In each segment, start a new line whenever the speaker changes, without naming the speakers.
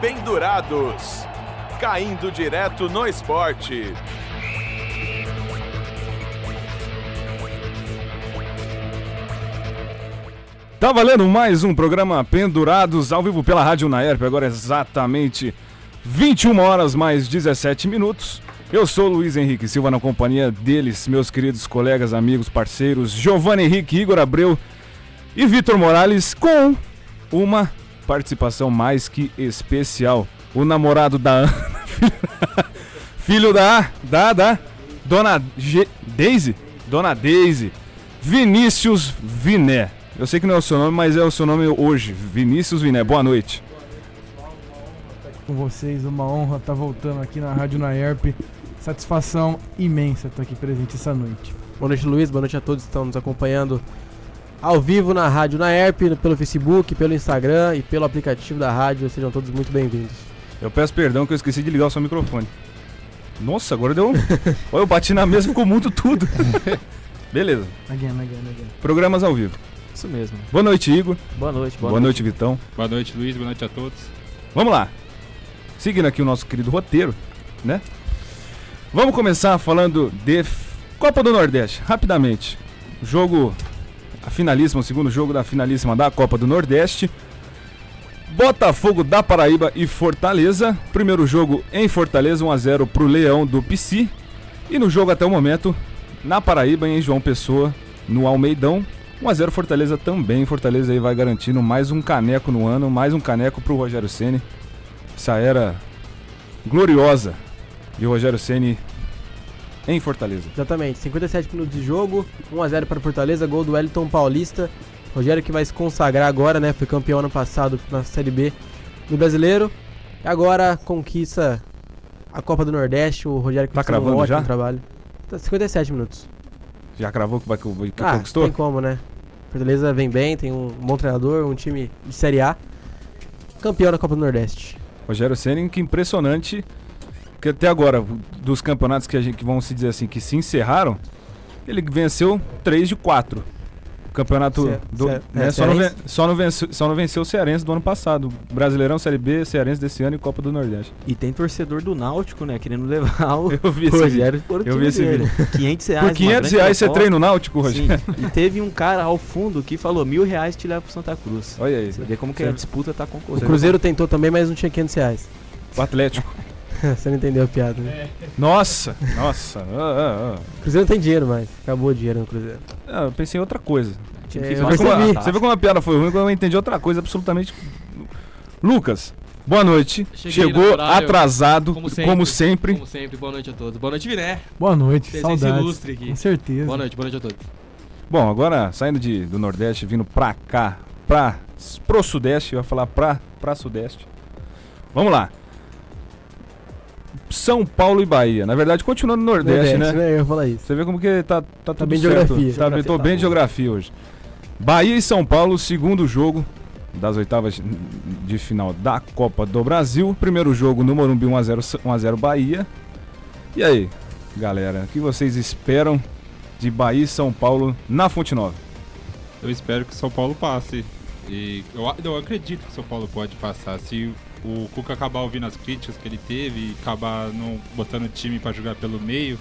pendurados, caindo direto no esporte.
Tá valendo mais um programa Pendurados ao vivo pela Rádio Naerp, agora exatamente 21 horas mais 17 minutos. Eu sou Luiz Henrique Silva, na companhia deles, meus queridos colegas, amigos, parceiros, Giovanni Henrique, Igor Abreu e Vitor Morales, com uma participação mais que especial. O namorado da Ana, filho da, da, da, Dona Ge, Daisy? Dona Daisy, Vinícius Viné. Eu sei que não é o seu nome, mas é o seu nome hoje, Vinícius Viné. Boa noite.
com vocês, uma honra estar voltando aqui na Rádio Naerp. Satisfação imensa estar aqui presente essa noite.
Boa noite, Luiz. Boa noite a todos que estão nos acompanhando ao vivo na rádio, na ERP, pelo Facebook, pelo Instagram e pelo aplicativo da rádio. Sejam todos muito bem-vindos.
Eu peço perdão que eu esqueci de ligar o seu microfone. Nossa, agora deu. um- Olha, eu bati na mesa e ficou muito tudo. Beleza,
Again, again, again.
programas ao vivo.
Isso mesmo.
Boa noite, Igor.
Boa noite,
Boa, noite. Vitão.
Boa noite, Luiz. Boa noite a todos.
Vamos lá. Seguindo aqui o nosso querido roteiro, né? Vamos começar falando de f- Copa do Nordeste, rapidamente. Jogo, a finalíssima, o segundo jogo da finalíssima da Copa do Nordeste. Botafogo da Paraíba e Fortaleza. Primeiro jogo em Fortaleza, 1x0 pro Leão do Pici. E no jogo até o momento, na Paraíba, em João Pessoa, no Almeidão, 1x0 Fortaleza também. Fortaleza aí vai garantindo mais um caneco no ano, mais um caneco pro Rogério Ceni. Essa era gloriosa de Rogério Ceni em Fortaleza.
Exatamente, 57 minutos de jogo, 1x0 para o Fortaleza, gol do Wellington Paulista. Rogério que vai se consagrar agora, né? Foi campeão ano passado na Série B do Brasileiro. E agora conquista a Copa do Nordeste. O Rogério que
Tá
está fazendo um
cravando
ótimo
já?
trabalho. Tá, 57 minutos.
Já cravou que, vai, que que
ah,
conquistou?
tem como, né? Fortaleza vem bem, tem um bom treinador, um time de Série A. Campeão na Copa do Nordeste.
Rogério Ceni, que impressionante. Que até agora, dos campeonatos que, a gente, que vão se dizer assim, que se encerraram, ele venceu 3 de 4. O campeonato.
Ce-
do,
Ce-
né,
é,
só, não ven-
Cearense.
só não venceu, só não venceu o Cearense do ano passado. Brasileirão, Série B, Cearense desse ano e Copa do Nordeste.
E tem torcedor do Náutico, né? Querendo levar o
Eu vi esse vídeo.
Rogério por
Eu vi esse vídeo.
500
Tá,
reais.
Por 500 reais você treina o Náutico, Rogério?
Sim. E teve um cara ao fundo que falou: mil reais te leva pro Santa Cruz.
Olha aí.
Você vê como que a
Sim.
disputa tá
O
concorrendo.
Cruzeiro tentou também, mas não tinha 500 reais.
O Atlético.
Você não entendeu a piada, né?
Nossa, nossa. ah, ah,
Cruzeiro não tem dinheiro mais. Acabou o dinheiro no Cruzeiro.
ah. Ah, eu pensei em outra coisa.
O time
É,
fez
eu
uma
Mas como a-
percebi.
batata.
você viu como a piada foi ruim, quando eu entendi outra coisa absolutamente. Lucas, boa noite.
Cheguei no
Chegou
horário,
atrasado, como sempre.
como sempre. Como sempre, boa noite a todos. Boa noite, Viné.
Boa noite,
Presença
saudades.
ilustre aqui.
Com certeza.
Boa noite, boa noite a todos.
Bom, agora saindo de, do Nordeste, vindo pra cá, pra, pro Sudeste, eu ia falar pra, pra Sudeste. Vamos lá. São Paulo e Bahia. Na verdade, continuando no Nordeste, né?
Eu ia falar isso.
Você vê como que tá, tá tudo
bem de
certo.
geografia.
Tá, bem- tô
Geografia tá
bem
boa.
de geografia hoje. Bahia e São Paulo, segundo jogo das oitavas de final da Copa do Brasil. Primeiro jogo no Morumbi 1x0 1x0 Bahia. E aí, galera, o que vocês esperam de Bahia e São Paulo na Fonte Nova?
Eu espero que o São Paulo passe. E eu, a- eu acredito que o São Paulo pode passar. Se o Cuca acabar ouvindo as críticas que ele teve e acabar não botando o time pra jogar pelo meio,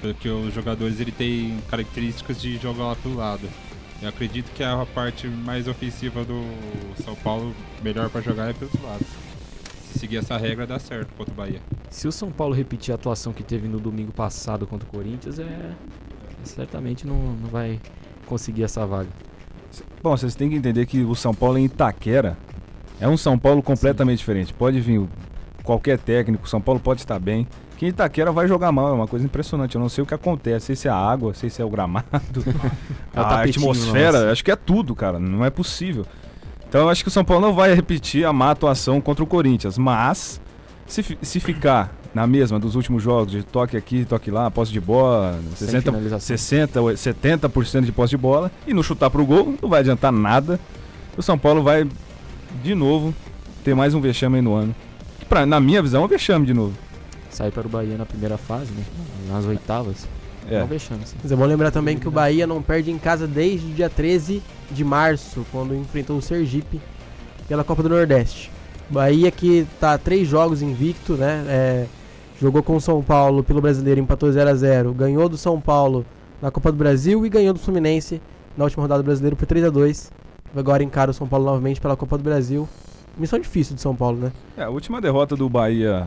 porque os jogadores ele tem características de jogar lá pelo lado. Eu acredito que a parte mais ofensiva do São Paulo, melhor pra jogar é pelos lados. Se seguir essa regra, dá certo contra o Bahia.
Se o São Paulo repetir a atuação que teve no domingo passado contra o Corinthians, é certamente não, não vai conseguir essa vaga.
Bom, vocês têm que entender que o São Paulo em Itaquera é um São Paulo completamente diferente. Pode vir o- qualquer técnico, o São Paulo pode estar bem. Que em Itaquera vai jogar mal, é uma coisa impressionante. Eu não sei o que acontece, sei se é a água, sei se é o gramado,
É o
a
tapetinho,
atmosfera,
nossa.
acho que é tudo, cara. Não é possível. Então eu acho que o São Paulo não vai repetir a má atuação contra o Corinthians, mas se, fi- se ficar na mesma dos últimos jogos, de toque aqui, toque lá, posse de bola,
Sem
60,
finalização.
60, ou 70% de posse de bola e não chutar pro gol, não vai adiantar nada. O São Paulo vai de novo ter mais um vexame aí no ano. Que pra- na minha visão é um vexame de novo.
Sai para o Bahia na primeira fase, né? Nas oitavas.
É.
Não vexame. assim.
Mas é bom lembrar também que o Bahia não perde em casa desde o dia 13 de março, quando enfrentou o Sergipe pela Copa do Nordeste. Bahia que tá três jogos invicto, né? É, jogou com o São Paulo pelo Brasileiro, empatou 0 a 0 ganhou do São Paulo na Copa do Brasil e ganhou do Fluminense na última rodada do Brasileiro por 3 a 2 Agora encara o São Paulo novamente pela Copa do Brasil. Missão difícil de São Paulo, né?
É, a última derrota do Bahia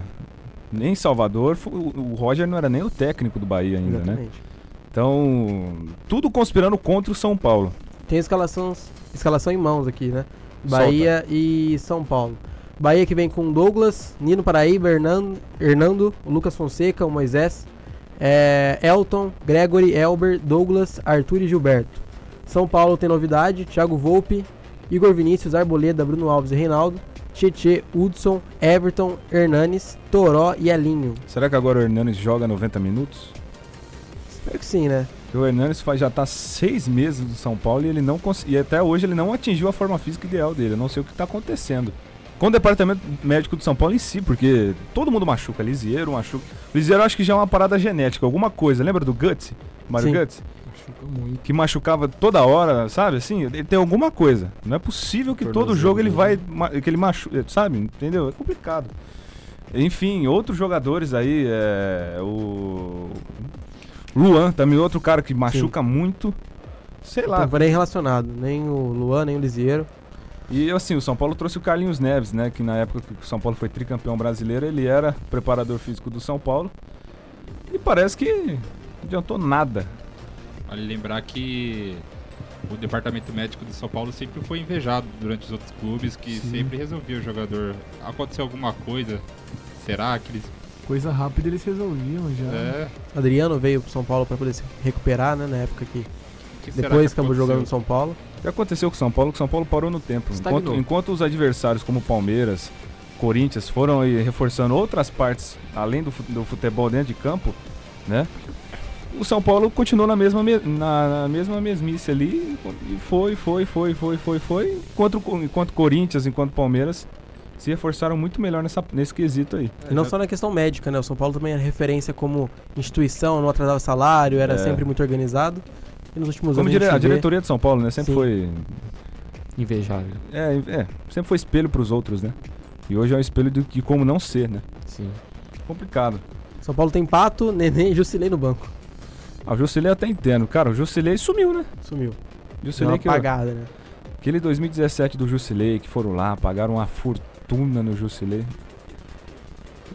em Salvador, fo- o o Roger não era nem o técnico do Bahia ainda, né? Então, tudo conspirando contra o São Paulo.
Tem escalação, escalação em mãos aqui, né? Bahia e São Paulo. Bahia que vem com Douglas, Nino Paraíba, Hernan- Hernando, Lucas Fonseca, o Moisés, é, Elton, Gregory, Elber, Douglas, Arthur e Gilberto. São Paulo tem novidade, Thiago Volpe, Igor Vinícius, Arboleda, Bruno Alves e Reinaldo, Tietê, Hudson, Everton, Hernanes, Toró e Elinho.
Será que agora o Hernanes joga 90 minutos?
Espero que sim, né?
Porque o Hernanes faz, já tá seis meses do São Paulo e ele não cons- e até hoje ele não atingiu a forma física ideal dele. Eu não sei o que tá acontecendo. Com o departamento médico do São Paulo em si, porque todo mundo machuca. Liseiro machuca. Liseiro acho que já é uma parada genética, alguma coisa. Lembra do Guts? Mário
Sim.
Guts?
Machucou muito.
Que machucava toda hora, sabe? Assim, ele tem alguma coisa. Não é possível que todo
Tornozelo,
jogo ele
né?
vai. ma- que ele machuca, sabe? Entendeu? É complicado. Enfim, outros jogadores aí, é, o Luan também, outro cara que machuca muito. Sei lá.
Não foi nem relacionado, nem o Luan, nem o Lisieiro.
E assim, o São Paulo trouxe o Carlinhos Neves, né? Que na época que o São Paulo foi tricampeão brasileiro, ele era preparador físico do São Paulo. E parece que não adiantou nada.
Vale lembrar que o departamento médico de São Paulo sempre foi invejado durante os outros clubes, que sempre resolvia o jogador. Aconteceu alguma coisa? Será que eles.
Coisa rápida eles resolviam já.
É,
Adriano veio pro São Paulo pra poder se recuperar, né? Na época que
que será
depois
que
acabou jogando no
aconteceu?
São Paulo.
O que aconteceu com o São Paulo? Que o São Paulo parou no tempo.
Estagnou.
Enquanto, enquanto os adversários como Palmeiras, Corinthians foram aí reforçando outras partes além do, fu- do futebol dentro de campo, né? O São Paulo continuou na mesma, me- na, na mesma mesmice ali e foi, foi, foi, foi, foi, foi. Enquanto, o Co- enquanto Corinthians, enquanto Palmeiras se reforçaram muito melhor nessa, nesse quesito aí.
É,
E não só na questão médica, né? O São Paulo também era referência como instituição, não atrasava salário, era
É.
sempre muito organizado. E nos últimos
Como
anos.
dire-
a
a
gente vê-
diretoria de São Paulo, né? Sempre
Sim.
foi
Invejável.
é, é, sempre foi espelho pros outros, né? E hoje é um espelho de, de como não ser, né?
Sim.
Complicado.
São Paulo tem Pato, Neném e Jusilei no banco.
Ah, o Jusilei eu até entendo. Cara, o Jusilei sumiu, né?
Sumiu. Deu
Jusilei
uma
que
apagada, né?
aquele 2017 do Jusilei que foram lá, pagaram uma fortuna no Jusilei.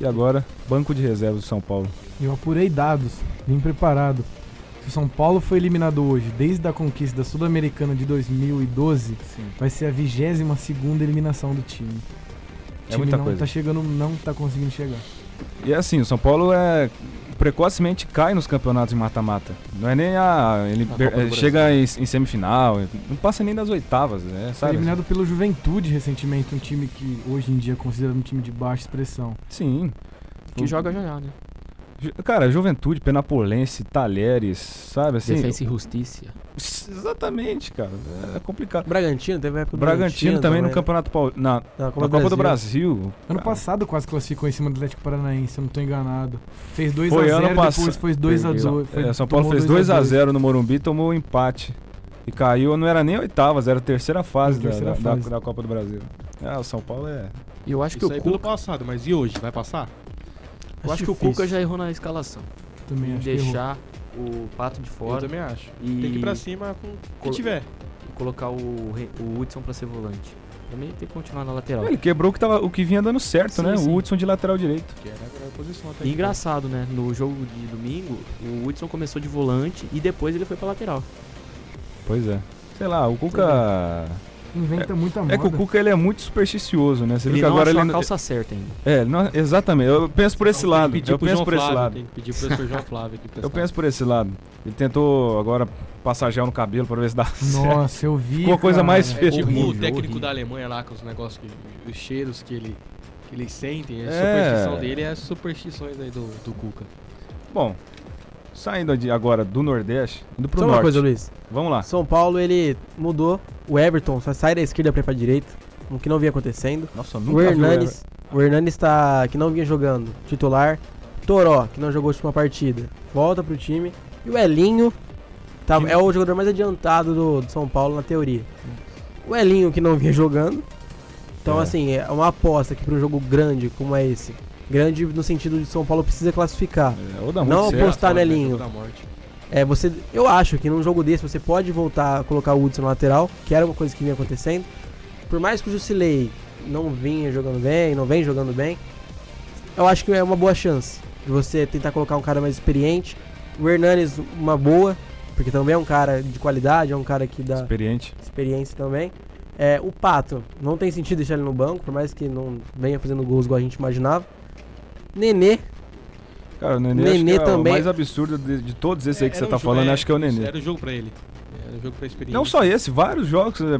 E agora, banco de reservas do São Paulo.
Eu apurei dados, vim preparado. Se o São Paulo foi eliminado hoje, desde a conquista da Sul-Americana de 2012, vai ser a 22 segunda eliminação do time. O
É
time
muita
não
coisa.
tá chegando, não tá conseguindo chegar.
E é assim, o São Paulo é precocemente cai nos campeonatos de mata-mata. Não é nem a ele
Copa do
eh,
Brasil.
chega em, em semifinal, não passa nem das oitavas, né?
Foi
Sabe?
eliminado pelo Juventude recentemente, um time que hoje em dia é considerado um time de baixa expressão.
Sim.
Que joga já, né?
Ju- Cara, Juventude, Penapolense, Talheres, sabe assim?
Defensa e Justiça.
Exatamente, cara. É complicado.
Bragantino teve a época do
Bragantino também no
né? é
Campeonato Paulista. Na,
Na
na Copa do Brasil.
Ano
cara,
passado quase classificou em cima do Atlético Paranaense, se eu não tô enganado. Fez 2
Foi
a 0
ano
depois
passa-
foi 2 a
Perdeu.
0
é, São Paulo fez 2x0 no Morumbi, tomou um empate. E caiu, não era nem oitavas, era a terceira fase, da,
Terceira
da- da-
fase.
da Copa do Brasil. Ah, o São Paulo é.
E eu acho que
Isso aí
o
pelo
Cuca, é
passado, mas e hoje? Vai passar?
eu acho que o Cuca já errou na escalação.
também acho que errou.
deixar o Pato de
Eu
fora
também acho.
e
Tem que ir pra cima com o que
Cor-
tiver.
colocar o, Re- o Hudson pra ser volante. Também tem que continuar na lateral.
Ele quebrou o que, tava, o que vinha dando certo,
Sim,
né?
sim.
O Hudson de lateral direito.
Que era a melhor posição até
E engraçado, né? No jogo de domingo, o Hudson começou de volante e depois ele foi pra lateral.
Pois é. Sei lá, o Cuca.
Inventa muita moda.
É que o Cuca ele é muito supersticioso, né? Você
ele
viu que
não
agora
achou
ele.
a calça certa ainda.
É, ele não- exatamente. Eu penso por esse
Então, tem que
lado.
pedir
Eu
pro
penso
João
por esse
Flávio,
lado.
Tem que pedir pro professor João Flávio aqui
Eu penso por esse lado. Ele tentou agora passar gel no cabelo pra ver se dá certo.
Nossa, eu vi.
Ficou a coisa
cara.
mais feia
É tipo
Horrível,
o técnico
horrível.
da Alemanha lá com os negócios, que, os cheiros que ele que eles sentem, a
É.
superstição dele é as superstições aí do, do Cuca.
Bom, saindo de- agora do Nordeste, indo pro
Só
Norte. Ah.
uma coisa, Luiz.
Vamos lá.
São Paulo, ele mudou. O Everton só sai da esquerda pra ir pra direita, o que não vinha acontecendo.
Nossa,
O
nunca vi
Hernanes, o Hernanes tá, que não vinha jogando, titular. Toró, que não jogou a última partida, volta pro time. E o Elinho, tá, é o jogador mais adiantado do, do São Paulo na teoria. O Elinho, que não vinha jogando, Então,
É.
assim, é uma aposta que para um jogo grande como é esse, grande no sentido de São Paulo precisa classificar.
É, ou dá muito
né? Não
certo.
apostar
Fora, né,
nelinho.
jogo da morte.
É, você, eu acho que num jogo desse você pode voltar a colocar o Hudson na lateral, que era uma coisa que vinha acontecendo. Por mais que o Jusilei não vinha jogando bem, não vem jogando bem, eu acho que é uma boa chance de você tentar colocar um cara mais experiente. O Hernanes, uma boa, porque também é um cara de qualidade, é um cara que dá
Experiente.
experiência também. É, o Pato, não tem sentido deixar ele no banco, por mais que não venha fazendo gols igual a gente imaginava. Nenê,
Cara, o Nenê, acho
Nenê
que é
também.
o mais absurdo de, de todos esses aí que
Era
você tá
um jogo-
falando, acho que é o Nenê.
Era o jogo pra ele. Era o jogo pra experiência.
Não só esse, vários jogos, é,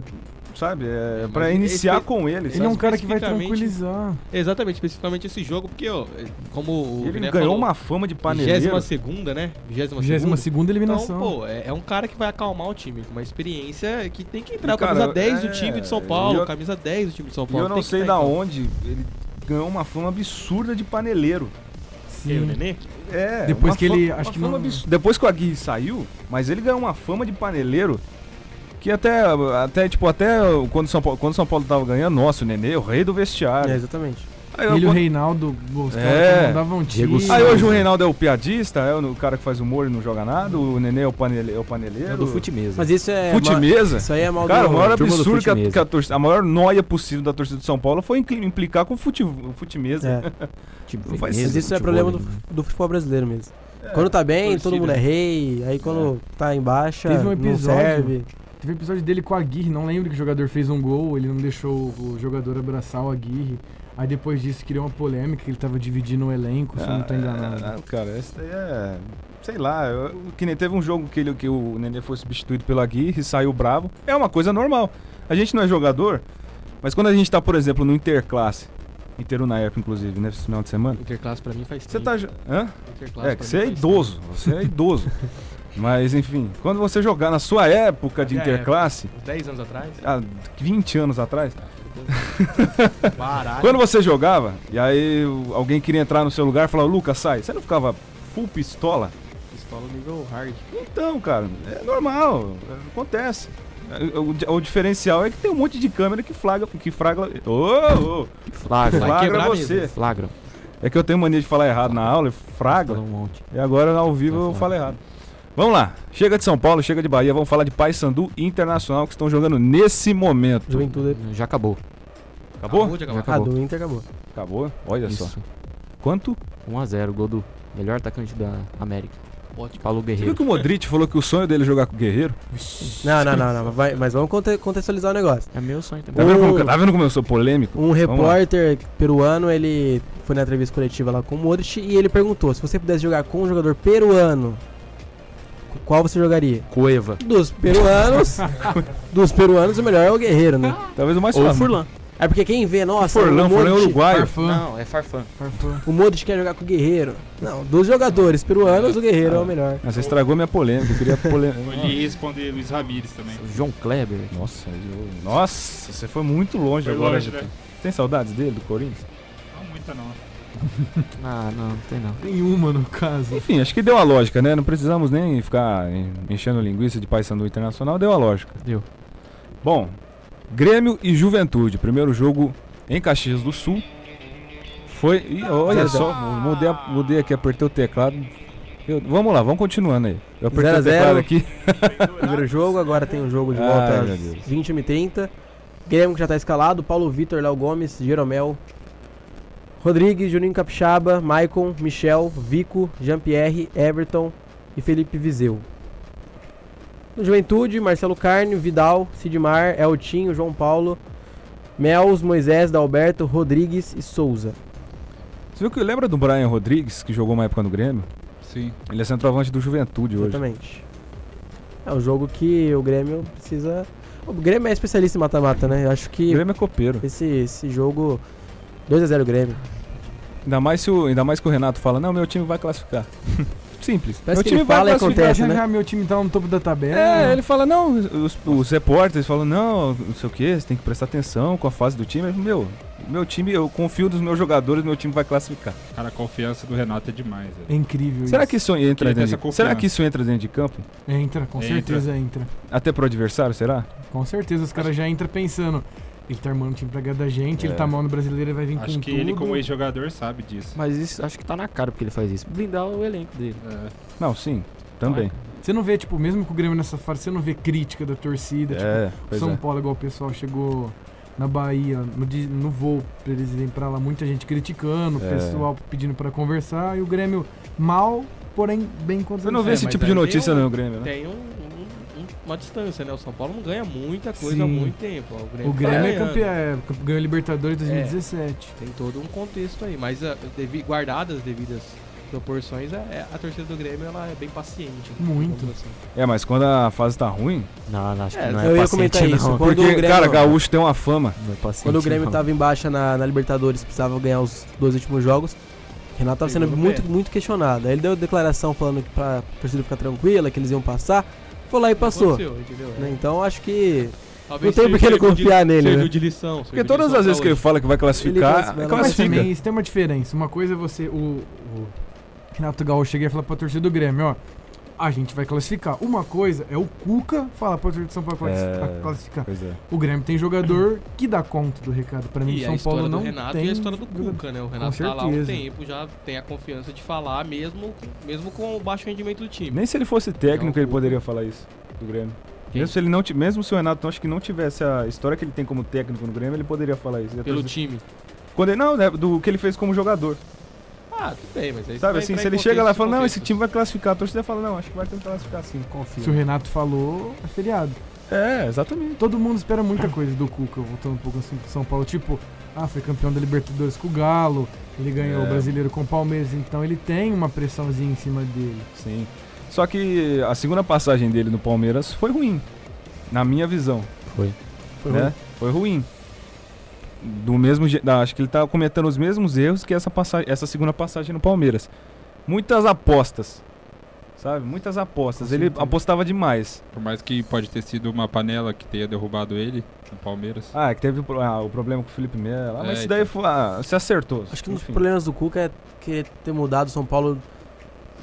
sabe? É,
É,
pra
mas
iniciar
esse-
com ele,
Ele é
sabe?
um cara que vai
Especificamente-
tranquilizar.
Exatamente, especificamente esse jogo, porque, ó, como o
Ele
Viné
ganhou
falou,
uma fama de paneleiro.
22 né?
22
22
segunda eliminação.
Então, pô, é, é um cara que vai acalmar o time, com uma experiência que tem que entrar.
E, cara,
camisa 10
é,
do time de
e
São Paulo,
eu-
camisa 10 do time de São
E
Paulo.
eu não
tem que
sei
tá
da
em campo.
onde ele ganhou uma fama absurda de paneleiro.
Quem, o
Sim.
Nenê?
É,
Depois
uma
que
fa-
ele-
uma
acho que
fama
não-
absurda. Depois que o Agui saiu, mas ele ganhou uma fama de paneleiro que até, até tipo, até quando o São Paulo, quando o São Paulo tava ganhando, nossa, o Nenê, é o rei do vestiário.
é, exatamente.
Aí, eu-
Ele e o
quando-
Reinaldo, os caras
É.
que não davam
Diego
tiro.
aí hoje o Reinaldo é o piadista, é o cara que faz humor e não joga nada, o Nenê é o, panele- é o paneleiro.
do fute mesmo.
Mas isso é.
Fute
ma-
mesa?
Isso aí é mal
Cara, o
do-
maior
Turma do
absurdo que a,
fute-mesa.
que a torcida- a maior noia possível da torcida do São Paulo foi impli- implicar com o fute, o fute mesa.
É.
Tipo,
Não faz
mesa,
Mas isso é
futebol,
problema
né?
do, do futebol brasileiro mesmo. quando tá bem, todo
torcida.
mundo é rei. Aí quando
É.
tá em baixa,
Teve um
não
episódio-
serve.
Teve um episódio dele com a Aguirre, não lembro que o jogador fez um gol, ele não deixou o jogador abraçar o Aguirre. Aí depois disso criou uma polêmica, que ele tava dividindo o elenco, se eu não tô
Ah,
enganado.
ah, cara, esse daí é. Sei lá, eu- que nem teve um jogo que, ele, que o Nenê foi substituído pelo Aguirre e saiu bravo. É uma coisa normal. A gente não é jogador, mas quando a gente tá, por exemplo, no Interclasse, inteiro na época, inclusive, nesse final de semana,
Interclasse pra mim faz
você
tempo.
tá. jo- Hã?
Interclasse
É,
pra
que
mim
você é
faz
idoso, você é idoso. Mas enfim, quando você jogar na sua época de
Minha
interclasse,
tempo. Uns 10 anos atrás?
há 20 anos atrás,
Baralho.
Quando você jogava, e aí o- alguém queria entrar no seu lugar e falava, Lucas, sai. Você não ficava full pistola?
Pistola nível hard.
Então, cara, é normal, é, acontece. É, O, di- o diferencial é que tem um monte de câmera que flagra, que fraga, ô, ô,
Flagra.
Vai
flagra
quebrar
você.
mesmo.
Flagra.
É que eu tenho mania de falar errado na aula,
Falou
fraga,
um monte.
e agora ao vivo
Vai
eu
falar.
falo errado. Vamos lá, chega de São Paulo, chega de Bahia, vamos falar de Paysandu e Internacional que estão jogando nesse momento.
Juventude. é-
Já acabou.
Acabou?
de
Já
acabar. Tá
Ah,
acabou.
do Inter acabou.
Acabou? Olha
Isso.
só. Quanto?
1x0, gol do melhor atacante da América.
Ótimo.
Paulo
Você viu
Guerreiro.
que o Modric falou que o sonho dele é jogar com o Guerreiro?
Não, não, não, não. vai- mas vamos conte- contextualizar o negócio.
É meu sonho
Tá
também.
vendo,
O-
como, tá vendo como eu sou polêmico?
Um
Vamos lá.
repórter peruano, ele foi na entrevista coletiva lá com o Modric e ele perguntou: se você pudesse jogar com um jogador peruano, qual você jogaria?
Coeva.
Dos peruanos, dos peruanos, o melhor é o Guerreiro, né?
Talvez o mais
Ou
famoso.
Furlan.
É porque quem vê, nossa,
Furlan,
o
Furlan é
Modric,
uruguaio.
Farfã,
é Farfã.
Farfã.
o Modric quer jogar com o Guerreiro. Não, dos jogadores peruanos, o Guerreiro é o melhor.
Ah, você estragou minha polêmica, eu queria
Ele
polêmica.
ia responder Luiz Ramírez também.
O João Kleber.
Nossa, eu- nossa, você foi muito longe
Foi
agora.
longe, né?
Vitor. Tem saudades dele, do Corinthians?
Não muita não.
Ah, não, não tem não.
Nenhuma, no caso.
Enfim, acho que deu a lógica, né? Não precisamos nem ficar en- enchendo linguiça de Paysandu Internacional, deu a lógica.
Deu.
Bom, Grêmio e Juventude, primeiro jogo em Caxias do Sul. Foi. Ih, olha
Zero
só, mudei, a- mudei aqui, apertei o teclado. Eu- vamos lá, vamos continuando aí. Eu apertei
Zero a
o teclado
zero.
aqui.
Primeiro jogo, agora tem um jogo de
Ai,
volta
Ah, meu
às
Deus.
21h30. Guilherme que já tá escalado, Paulo Vitor, Léo Gomes, Jeromel, Rodrigues, Juninho Capixaba, Maicon, Michel, Vico, Jean-Pierre, Everton e Felipe Vizeu. No Juventude, Marcelo Carne, Vidal, Sidmar, Eltinho, João Paulo, Mels, Moisés, Dalberto, Rodrigues e Souza.
Você viu que lembra do Brian Rodrigues, que jogou uma época no Grêmio?
Sim.
Ele é centroavante do Juventude hoje.
Exatamente. É um jogo que o Grêmio precisa. O Grêmio é especialista em mata-mata, né? Eu acho
O
que
Grêmio é copeiro.
Esse, esse jogo 2x0 Grêmio.
Ainda mais, se o, ainda mais que o Renato fala, não, meu time vai classificar. Simples.
Parece
meu
que
time
ele fala e
classificar.
acontece, né?
Ah, meu time tá no topo da tabela.
É, ele fala, não, os, os repórteres falam, não, não sei o que, você tem que prestar atenção com a fase do time. Meu, meu time, eu confio nos meus jogadores, meu time vai classificar.
Cara, a confiança do Renato é demais. velho.
É incrível
Será
isso.
que isso entra
Ele tem
dentro de,
essa confiança.
Será que isso entra dentro de campo?
Entra, com
Entra.
certeza entra.
Até pro adversário, será?
Com certeza, os caras já entram pensando. Ele tá armando o time pra ganhar da gente, ele
É.
tá mal no brasileiro, ele vai vir
Acho
com
que
tudo.
ele, como ex-jogador, sabe disso.
Mas isso acho que tá na cara porque ele faz isso. Blindar o elenco dele.
É.
Não, sim, também.
Você não vê, tipo, mesmo com o Grêmio nessa fase, você não vê crítica da torcida. tipo,
É, pois
São
é.
Paulo, igual o pessoal chegou na Bahia, no, di- no voo, pra eles irem pra lá, muita gente criticando, o
É.
pessoal pedindo pra conversar, e o Grêmio mal, porém bem contra
Você não vê
É,
esse
mas
tipo de
aí
notícia
tem um-
no Grêmio, né?
Tem um- um- um- uma distância, né? O São Paulo não ganha muita coisa há
Sim.
muito tempo. ó. O Grêmio,
O Grêmio é
tá É. ganhando.
campeão, é, campe- ganhou a Libertadores 2017.
Tem todo um contexto aí, mas ah, devi- guardadas as devidas proporções, a, é- a torcida do Grêmio ela é bem paciente.
Muito.
digamos assim.
É, mas quando a fase tá ruim.
Não, não, acho
É,
que não é
eu ia
paciente,
comentar
não.
isso, quando-
Porque,
o Grêmio-
cara, Gaúcho tem uma fama.
Não é paciente,
Quando o Grêmio tá
não.
tava em baixa na, na Libertadores, precisava ganhar os dois últimos jogos. Renato tava sendo
Pegou no
muito,
pé.
muito questionado. Aí ele deu declaração falando que pra torcida ficar tranquila, que eles iam passar. Foi lá e passou.
Aconteceu, entendeu? É,
né? Então acho que.
Talvez
não tem por que
serviu
ele confiar
de,
nele,
serviu
né?
de lição. serviu
Porque
de
todas
lição
as vezes
pra
que ele
hoje.
fala que vai classificar,
Ele classifica,
Mas
classifica.
também isso tem uma diferença. Uma coisa é você. O, o Renato Gaúcho chegar e falar pra torcida do Grêmio, ó. A gente vai classificar. Uma coisa é o Cuca falar pra torcida do São Paulo classi-
É.
classificar.
Pois é.
O Grêmio tem jogador que dá conta do recado. Pra mim,
E
o
a
São
história
Paulo não
do Renato
tem.
e a história do Cuca, né? O Renato tá lá há um
certeza.
tempo, já tem a confiança de falar, mesmo, mesmo com o baixo rendimento do time.
Nem se ele fosse técnico,
Não,
ele
o-
poderia falar isso do Grêmio.
Quem?
Mesmo se, ele não, ti- mesmo se o Renato acho que não tivesse a história que ele tem como técnico no Grêmio, ele poderia falar isso.
Pelo time.
Quando ele, não, né, do que ele fez como jogador.
Ah, tudo bem, mas aí
Sabe assim,
você vai
se
entrar em
ele chega lá e
contextos,
fala, não, esse
contextos.
time vai classificar, a torcida fala, não, acho que vai tentar classificar sim, confia.
Se o Renato falou, é feriado.
É, exatamente.
Todo mundo espera muita coisa do Cuca, voltando um pouco assim pro São Paulo. Tipo, ah, foi campeão da Libertadores com o Galo, ele ganhou
É.
o brasileiro com o Palmeiras, então ele tem uma pressãozinha em cima dele.
Sim. Só que a segunda passagem dele no Palmeiras foi ruim, na minha visão.
Foi.
Foi, né? foi ruim. Do mesmo je- da- acho que ele tá cometendo os mesmos erros que essa, passa- essa segunda passagem no Palmeiras. Muitas apostas. Sabe? Muitas apostas. Ele apostava demais.
Por mais que pode ter sido uma panela que tenha derrubado ele, no Palmeiras.
Ah, que teve o pro- ah, o problema com o Felipe Melo. Ah, mas
É,
isso daí
então.
foi, ah, se acertou.
Acho que um dos
Enfim.
problemas do Cuca é querer ter mudado São Paulo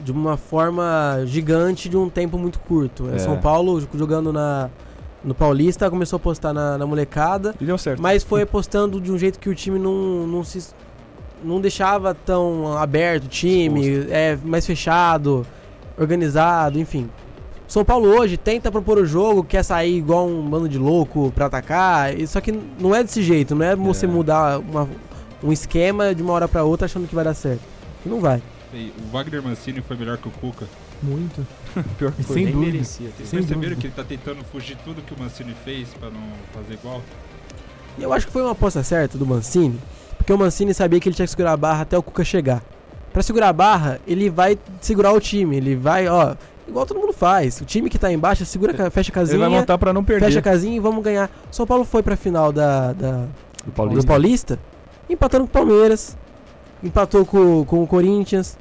de uma forma gigante de um tempo muito curto. É.
É.
São Paulo jogando na, no Paulista, começou a apostar na, na molecada,
E deu certo.
mas foi apostando de um jeito que o time não, não se. não deixava tão aberto o time, é, mais fechado, organizado, enfim. São Paulo hoje tenta propor o jogo, quer sair igual um bando de louco pra atacar, e- só que não é desse jeito, não é você
É.
mudar uma- um esquema de uma hora pra outra achando que vai dar certo. E Não vai.
E o Wagner Mancini foi melhor que o Cuca.
Muito.
Pior
E sem
Nem
dúvida.
merecia. ter.
Vocês
Sem
perceberam
dúvida.
que ele tá tentando fugir tudo que o Mancini fez pra não fazer igual?
E eu acho que foi uma aposta certa do Mancini, porque o Mancini sabia que ele tinha que segurar a barra até o Cuca chegar. Pra segurar a barra, ele vai segurar o time, ele vai, ó, igual todo mundo faz. O time que tá embaixo segura, a ca- fecha a
Ele vai
casinha,
montar pra não perder.
fecha a casinha e vamos ganhar. São Paulo foi pra final da- da,
Do
do
Paulista.
Paulista, empatando com o Palmeiras, empatou com, com o Corinthians.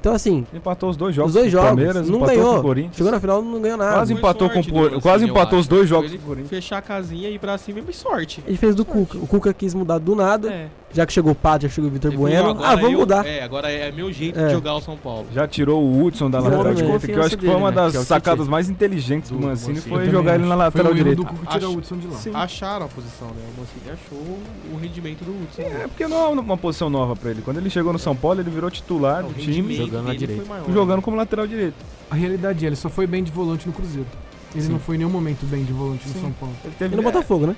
Então, assim,
Empatou os dois jogos.
Os dois
com o
jogos,
Palmeiras,
não
empatou
ganhou. Ah,
com o Corinthians.
chegou na final não ganhou nada.
Quase
Foi
empatou,
sorte
com o Por-
do Mancini,
quase
eu
empatou os
acho.
dois
Foi
jogos
ele
com o Corinthians.
Fechar a casinha e ir pra cima é bem sorte.
Ele fez do Cuca. O Cuca quis mudar do nada,
É.
já que chegou o Pato, já chegou o Vitor
Ele falou,
Bueno.
agora
Ah, vamos
eu-
mudar.
É, agora é meu jeito
É.
de jogar o São Paulo.
Já tirou o Hudson da
O
lateral
homem de
direita, que eu acho
confiança
que foi uma
dele, né?
das
Que é o Tite.
sacadas mais inteligentes do,
Do
Mancini,
Mancini.
foi
Eu
jogar
também
ele na
acho.
lateral
foi um erro
direita.
do Cuca tirar
Acho-
o Hudson de lá.
Sim.
Acharam a posição, né? O Mancini achou o rendimento do Hudson.
É, porque não é uma posição nova pra ele. Quando ele chegou no São Paulo, ele virou titular
O
do
rendimento
time,
jogando na
dele foi
direita.
maior.
jogando como lateral direito.
A realidade é, ele só foi bem de volante no Cruzeiro. Ele não foi em nenhum momento bem de volante
Sim.
no São Paulo.
Ele teve
E no Botafogo, né?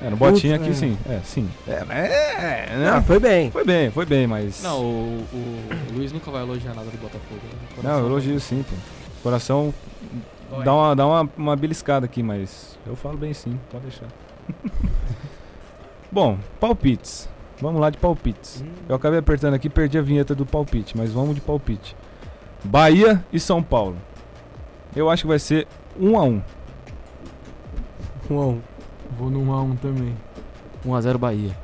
É, no botinha
Puta,
aqui
é.
sim. É, sim. É, mas é, é, né?
Ah, foi bem.
Foi bem, foi bem, mas.
Não, o, o Luiz nunca vai elogiar nada do Botafogo. Né? O
Não,
coração
eu elogio sim, pô. Coração
dói.
dá, uma, dá uma, uma beliscada aqui, mas eu falo bem sim, pode deixar. Bom, palpites. Vamos lá de palpites. Eu acabei apertando aqui, perdi a vinheta do palpite, mas vamos de palpite. Bahia e São Paulo. Eu acho que vai ser 1 a 1
Um a um.
Vou no 1x1 também.
1x0 Bahia.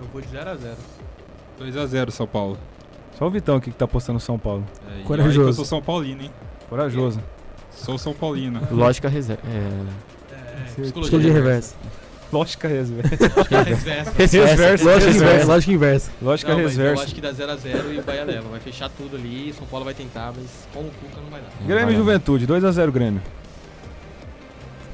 Eu vou de 0x0.
2x0 São Paulo.
Só o Vitão aqui que tá postando São Paulo.
É, e
Corajoso.
olha que eu sou São Paulino, hein?
Corajoso.
Sou São Paulino.
Lógica reserva. É...
É,
Certo.
Escolha de reversa.
Lógica reserva.
reversa.
Reversa.
Lógica inversa, lógica inversa.
Lógica
Não, mas eu
reversa.
acho que dá 0x0 e o Bahia leva. Vai fechar tudo ali, São Paulo vai tentar, mas com o Cuca não vai dar.
é,
Grêmio e
vai lá.
Juventude, 2 a 0 Grêmio.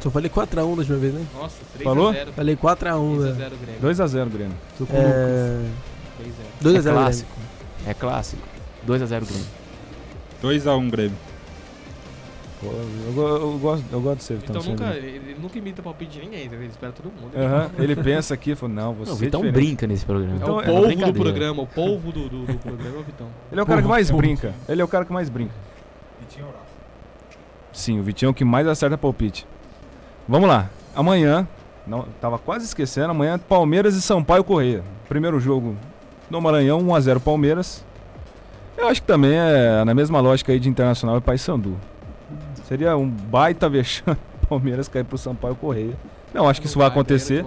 Só falei 4x1 da última vez, né?
Nossa, 3
Falou?
a 0.
Falei 4x1,
3 a
né?
0 Grêmio.
2x0, Grêmio.
Tô com o Lucas.
É...
3
2x0
a 0.
É
Grêmio.
clássico. É clássico. 2x0 Grêmio.
2x1 Grêmio.
Pô, Eu, go- eu gosto, eu gosto de ser Vitão.
Então nunca,
sempre.
ele, ele nunca imita palpite de ninguém, entendeu? ele espera todo mundo.
Aham, Ele pensa aqui, falou, não, você
Não, o
é
Vitão
diferente.
brinca nesse programa.
Então,
é
é
o polvo do
brincadeira.
programa, o polvo do, do, do programa é o Vitão.
Ele é o cara que mais brinca. Ele é o cara que mais brinca.
é
Sim, o Vitinho é o que mais acerta palpite. Vamos lá. Amanhã, não, tava quase esquecendo, amanhã Palmeiras e Sampaio Correia. Primeiro jogo no Maranhão, 1x0 Palmeiras. Eu acho que também é na mesma lógica aí de Internacional e Paysandu. Seria um baita vexame Palmeiras cair pro Sampaio Correia. Não, acho que isso vai acontecer.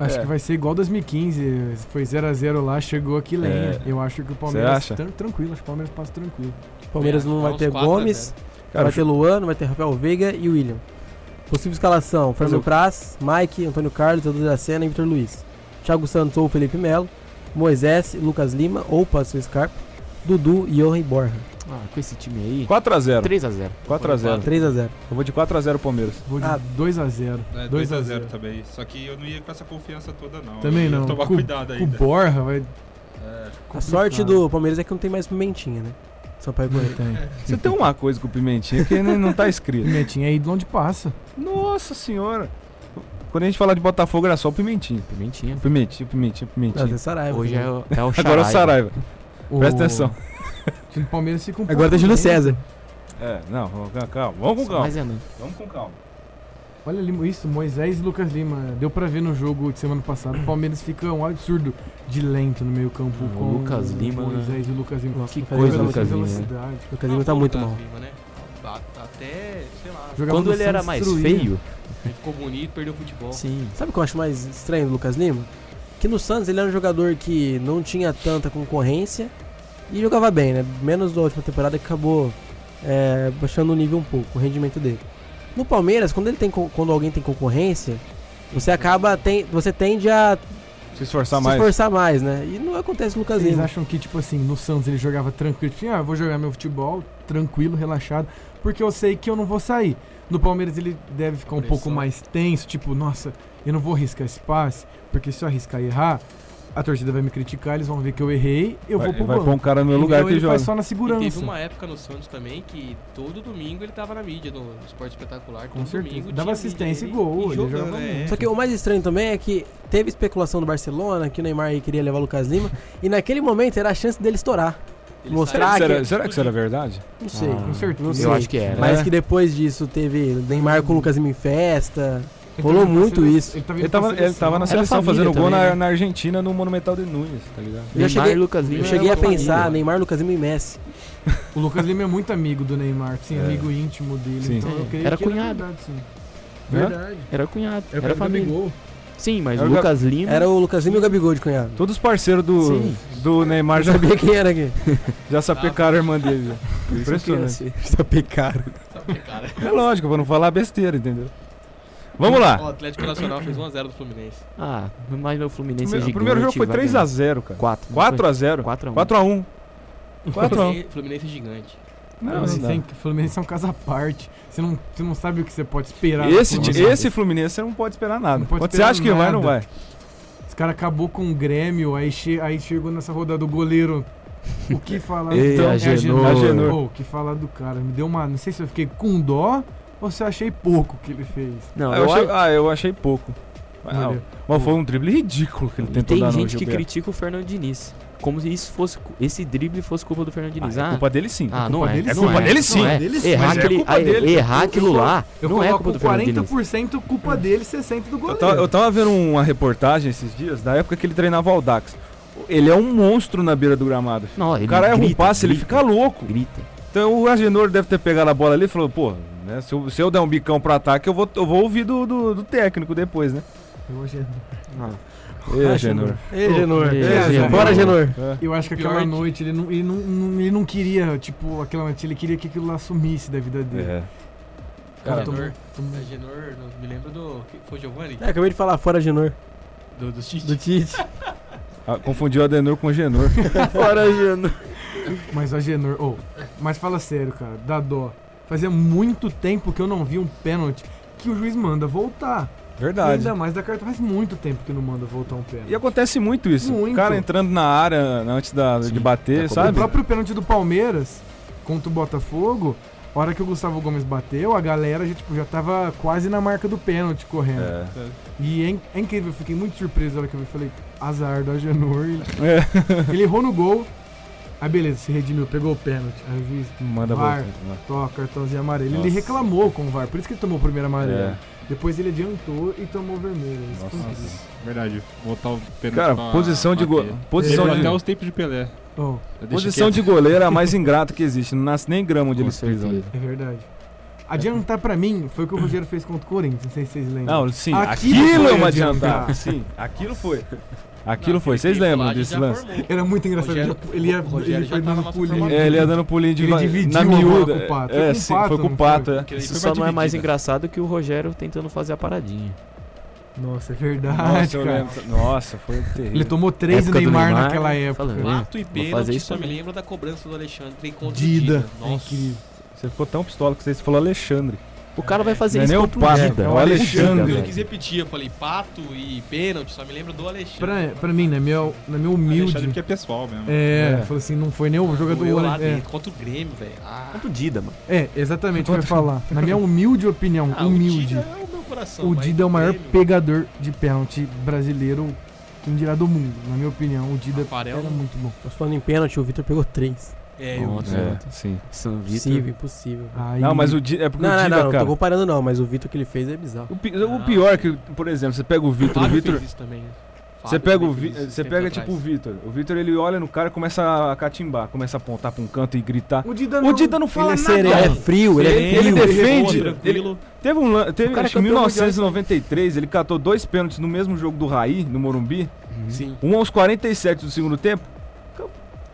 Acho
É.
que vai ser igual 2015. Foi 0x0 lá, chegou aqui lenha. Eu acho que o Palmeiras.
É. acha?
tran- Tranquilo, acho que o Palmeiras passa tranquilo.
Palmeiras
Tá
não vai ter Gomes,
Cara,
vai ter Luan, vai ter Rafael Veiga e William. Possível escalação:
Mas
Fernando
eu-
Praz, Mike, Antônio Carlos, Edu da Sena e Vitor Luiz. Thiago Santos ou Felipe Melo, Moisés, Lucas Lima ou Passo Scarpa, Dudu e Johan Borja.
Ah, com esse time aí.
4x0.
3x0.
4x0.
3x0.
Eu vou de 4x0 Palmeiras.
Vou de
Ah.
2x0.
É,
2 a
2x0
zero.
também. Só que eu não ia com essa confiança toda, não.
Também
então. eu ia
não.
Tomar
Com-
cuidado
Com o
ainda.
Borja vai.
É,
A sorte do Palmeiras é que não tem mais pimentinha, né? Só pra
Não tem.
É.
Você tem uma coisa com o Pimentinha que não não tá escrito.
Pimentinha aí de onde passa.
Nossa senhora. Quando a gente falar de Botafogo era só o Pimentinha.
Pimentinha.
Pimentinha, Pimentinha, Pimentinha.
Não, Saraiva.
Hoje é, o- é
Agora é
o
o
Saraiva.
Saraiva. Presta atenção.
O time do Palmeiras se comporta.
Agora tem Júlio
bem.
César.
É, não, vamos com calma. Vamos com calma.
Mas é não.
Vamos com calma.
Olha ali, isso, Moisés e Lucas Lima. Deu pra ver no jogo de semana passada. O Palmeiras fica um absurdo de lento no meio-campo
Ah, o
com
Lucas Lima, né?
Moisés e o Lucas Lima.
Nossa,
Que
Lucas
coisa,
Lima
Pela
tá-
Lucas Lima.
velocidade.
Lucas Lima tá muito mal.
né? Tá- Até, sei lá,
Jogava
Quando
no
ele era
Santos,
mais
destruía.
feio,
ele ficou bonito, perdeu o futebol.
sim.
Sabe o que eu acho mais estranho do Lucas Lima? Que no Santos ele era um jogador que não tinha tanta concorrência e jogava bem, né? Menos da última temporada que acabou é, baixando o nível um pouco, o rendimento dele. No Palmeiras, quando, ele tem, con- quando alguém tem concorrência, você acaba. Tem, você tende a
Se esforçar
se
mais.
esforçar mais, né? E não acontece com o Lucas
Vocês
Lima.
acham que, tipo assim, no Santos ele jogava tranquilo, tipo assim, ah, eu vou jogar meu futebol tranquilo, relaxado, porque eu sei que eu não vou sair. No Palmeiras ele deve ficar um
Pressão.
pouco mais tenso, tipo, nossa, eu não vou arriscar esse passe, porque se eu arriscar e errar, a torcida vai me criticar, eles vão ver que eu errei, eu
Vai,
vou pro
vai pôr
banco.
um cara no meu
Então
lugar
ele
que joga.
faz só na
E
segurança.
teve uma época no Santos também que todo domingo ele tava na mídia, no Esporte Espetacular.
Com
todo
certeza.
Domingo,
Dava
tinha
assistência
vídeo
e
dele
gol,
e
ele
jogando,
jogava
é.
muito.
Só que o mais estranho também é que teve especulação do Barcelona, que o Neymar aí queria levar o Lucas Lima, e naquele momento era a chance dele estourar.
Ele
mostrar
Será que,
saiu-
era- será que isso era verdade?
Não sei.
Ah,
com certeza.
não sei.
Eu acho que era.
Mas
É.
que depois disso teve Neymar com o Lucas Lima em festa.
Ele
rolou
tava na
muito
sele-
isso.
tipo, Ele tava,
Ele tava, ele tava na
Era
seleção
família
fazendo gol
também,
na,
né?
na Argentina no Monumental de Nunes, tá ligado?
Eu
Neymar
cheguei-
e Lucas Lima
Eu
é
cheguei a
uma família.
pensar, né? Neymar, Lucas Lima e Messi.
O Lucas Lima é muito amigo do Neymar, sim,
É.
amigo íntimo dele,
Sim.
então eu
É,
creio
era
que
cunhado.
verdade, sim.
Hã?
Verdade.
Era cunhado.
Era,
Era família.
Gol.
Sim, mas o
Era o Gab-
Lucas Lima.
Era o Lucas Lima e o Gabigol de cunhado.
Todos os parceiros do,
Sim.
do Neymar
Eu
já,
sabia quem era aqui.
já sapecaram a irmã dele. já. Impressionante.
Tá pecado.
É lógico, pra não falar besteira, entendeu? Vamos lá.
Ó, O Atlético Nacional fez 1x0 do Fluminense.
Ah, mas o Fluminense é
Primeiro-
gigante.
o primeiro jogo foi
vai
3x0,
ganhar.
cara.
Quatro, não foi?
4x0.
Quatro a 4x1.
4x1. 4x1.
Fluminense- Fluminense gigante.
Não,
Você
não dá.
tem que- Fluminense é um caso à parte. Você não, você não sabe o que você pode esperar.
Esse,
do
ti-
Fluminense.
esse Fluminense você não pode esperar nada.
Não pode
Quando
esperar
você acha que vai, não
nada.
vai.
Esse cara acabou com o Grêmio, aí, che- aí chegou nessa rodada do goleiro. O que falar
Ei,
então?
Agenor.
Agenor.
Pô, o que falar do cara? Me deu uma. Não sei se eu fiquei com dó ou se eu achei pouco o que ele fez.
Não,
Ah,
eu
eu achei,
acho-
ah, eu achei pouco. Mas, ah,
Goleiro.
mas foi um drible ridículo que ele
E
tentou
tem
dar no
gente que
Gilberto.
critica o Fernando Diniz. Como se isso fosse, cu- esse drible fosse culpa do Fernando Diniz.
Ah, é
Ah,
culpa dele sim.
ah, não é.
dele
não
sim. É culpa
dele
não
sim.
é.
Dele sim,
Errar,
mas é
aquele,
culpa
aí,
dele.
errar aquilo lá
Eu
não é culpa
coloco
do Fernando Diniz.
40% culpa dele, 60% do
Eu
goleiro.
tava, eu tava vendo um- uma reportagem esses dias, da época que ele treinava o Dax. Ele é um monstro na beira do gramado.
Não, ele
O cara erra um
grita,
passe, ele
grita,
fica louco.
Grita.
Então o Agenor deve ter pegado a bola ali e falou, pô, né, se, eu, se eu der um bicão pro ataque, eu vou, eu vou ouvir do, do, do técnico depois, né?
Eu achei-
Ê, Agenor.
Ei, Genor.
Ei,
Ei,
Genor.
Bora, Genor.
É.
Eu acho que
Pior
aquela
que-
noite ele não, ele, não, não- ele não queria, tipo, aquela noite, ele queria que aquilo lá sumisse da vida dele.
É.
Cara,
Cara,
tomou- tomou-
Agenor, não- me lembro do. que- Foi Giovanni?
É, acabei de falar fora, Genor.
Do, do Tite.
Do Tite.
Ah, confundiu o Adenor com o Agenor.
fora, Genor.
Mas a Genor, oh, mas fala sério, cara, dá dó. Fazia muito tempo que eu não vi um pênalti que o juiz manda voltar. E
Verdade.
Ainda mais da carta. Faz muito tempo que não manda voltar um pênalti.
E é acontece muito isso.
Muito.
O cara entrando na área antes da- de bater,
Tá
O
sabe?
próprio pênalti do Palmeiras contra o Botafogo, a hora que o Gustavo Gomes bateu, a galera já, tipo, já tava quase na marca do pênalti correndo.
É.
E é, in- é incrível, eu fiquei muito surpreso na hora que eu vi. Falei, azar do Agenor. Ele,
É.
ele errou no gol. Aí beleza, se redimiu, pegou o pênalti. Aí eu vi,
Manda
VAR.
voltar. né?
toca, cartãozinho amarelo.
Nossa.
Ele reclamou com o VAR, por isso que ele tomou o primeiro amarelo.
É.
Depois ele adiantou e tomou o vermelho. é Isso foi
Nossa.
incrível.
Verdade, botar o pênalti
Cara,
pra
posição de go...
bater.
posição
Lembra
de...
até os tempos de Pelé.
Oh,
Deixa
Posição de
quieto.
goleiro é a mais ingrata que existe. Não nasce nem grama onde
Com
eles pisam.
certeza.
é verdade. Adiantar pra mim foi o que o Rogério fez contra o Corinthians, não sei se vocês lembram.
Não, sim,
Aquilo
aquilo, é
foi
uma
adiantar.
adiantada. Sim, aquilo foi. Aquilo foi. Vocês
Aquele
lembram
lá
desse
já
lance?
formou.
Era muito engraçado.
Rogério-
tipo, ele ia,
o Rogério
ele
já
foi
tá na
dando
nossa
pulo,
formação.
É, ele ia dando pulinho de
Ele
va-
dividiu
na
a bola
miúda.
com o Pato.
É,
Foi com o
sim,
Pato,
foi com
não
o pato. é.
Aquele
Isso
foi
só
pra
não é mais
dividida.
engraçado que o Rogério tentando fazer a paradinha.
Nossa, é verdade,
Nossa, eu
cara.
lembro. Nossa, foi terrível.
Ele tomou três do
Época do
Neymar,
Neymar,
naquela época.
falando.
né?
Mato e
Vou fazer
pênalti,
isso
só me
também.
lembra da cobrança do Alexandre contra
Dida.
o Dida.
É incrível.
Você ficou tão pistola que você falou Alexandre.
O cara vai fazer
Não é
isso
nem o
contra o
Pato,
Dida.
é o
Olha
Alexandre.
Dida,
Eu
velho.
quis repetir, eu falei pato e pênalti, só me lembra do Alexandre.
Pra, pra mim, na minha, na minha
Alexandre
humilde.
porque é pessoal mesmo.
É,
É.
falou assim, não foi nem o jogador.
Doeu lá
é,
dentro, contra o Grêmio, velho. Ah,
Quanto Dida, mano.
é, exatamente o que eu ia falar. Na minha humilde opinião,
ah,
humilde.
o Dida é o meu coração.
O
mas
Dida é o maior
Grêmio,
pegador de pênalti brasileiro, quem dirá do mundo. Na minha opinião, o Dida
Rafael
era
não-
muito bom.
Mas falando em pênalti, o Vitor pegou três.
É, eu.
Nossa,
É, sim.
São
Impossível,
Vitor.
impossível.
Aí-
Não, mas o Dida. É porque
Não,
o
não,
Dida,
não, não
cara.
tô comparando não, mas o Vitor que ele fez é bizarro.
O, pi- o pior é que, por exemplo, você pega o Vitor. O
Fábio
Vitor.
fez isso também. né?
Você
Fábio
pega
também
o Vi-
fez isso
Você
tempo
pega
atrás.
tipo o Vitor. O Vitor ele olha no cara e começa a catimbar, começa a apontar pra um canto e gritar.
O Dida
O Dida não fala
ele é
nada.
sereno, é frio, ele é
Ele-
frio.
ele defende-
voa tranquilo.
Teve um lan- teve,
cara
acho que
é
em
campeão
1993, ele catou dois pênaltis no mesmo jogo do Raí, no Morumbi.
Sim.
Um aos 47 do segundo tempo. Ficou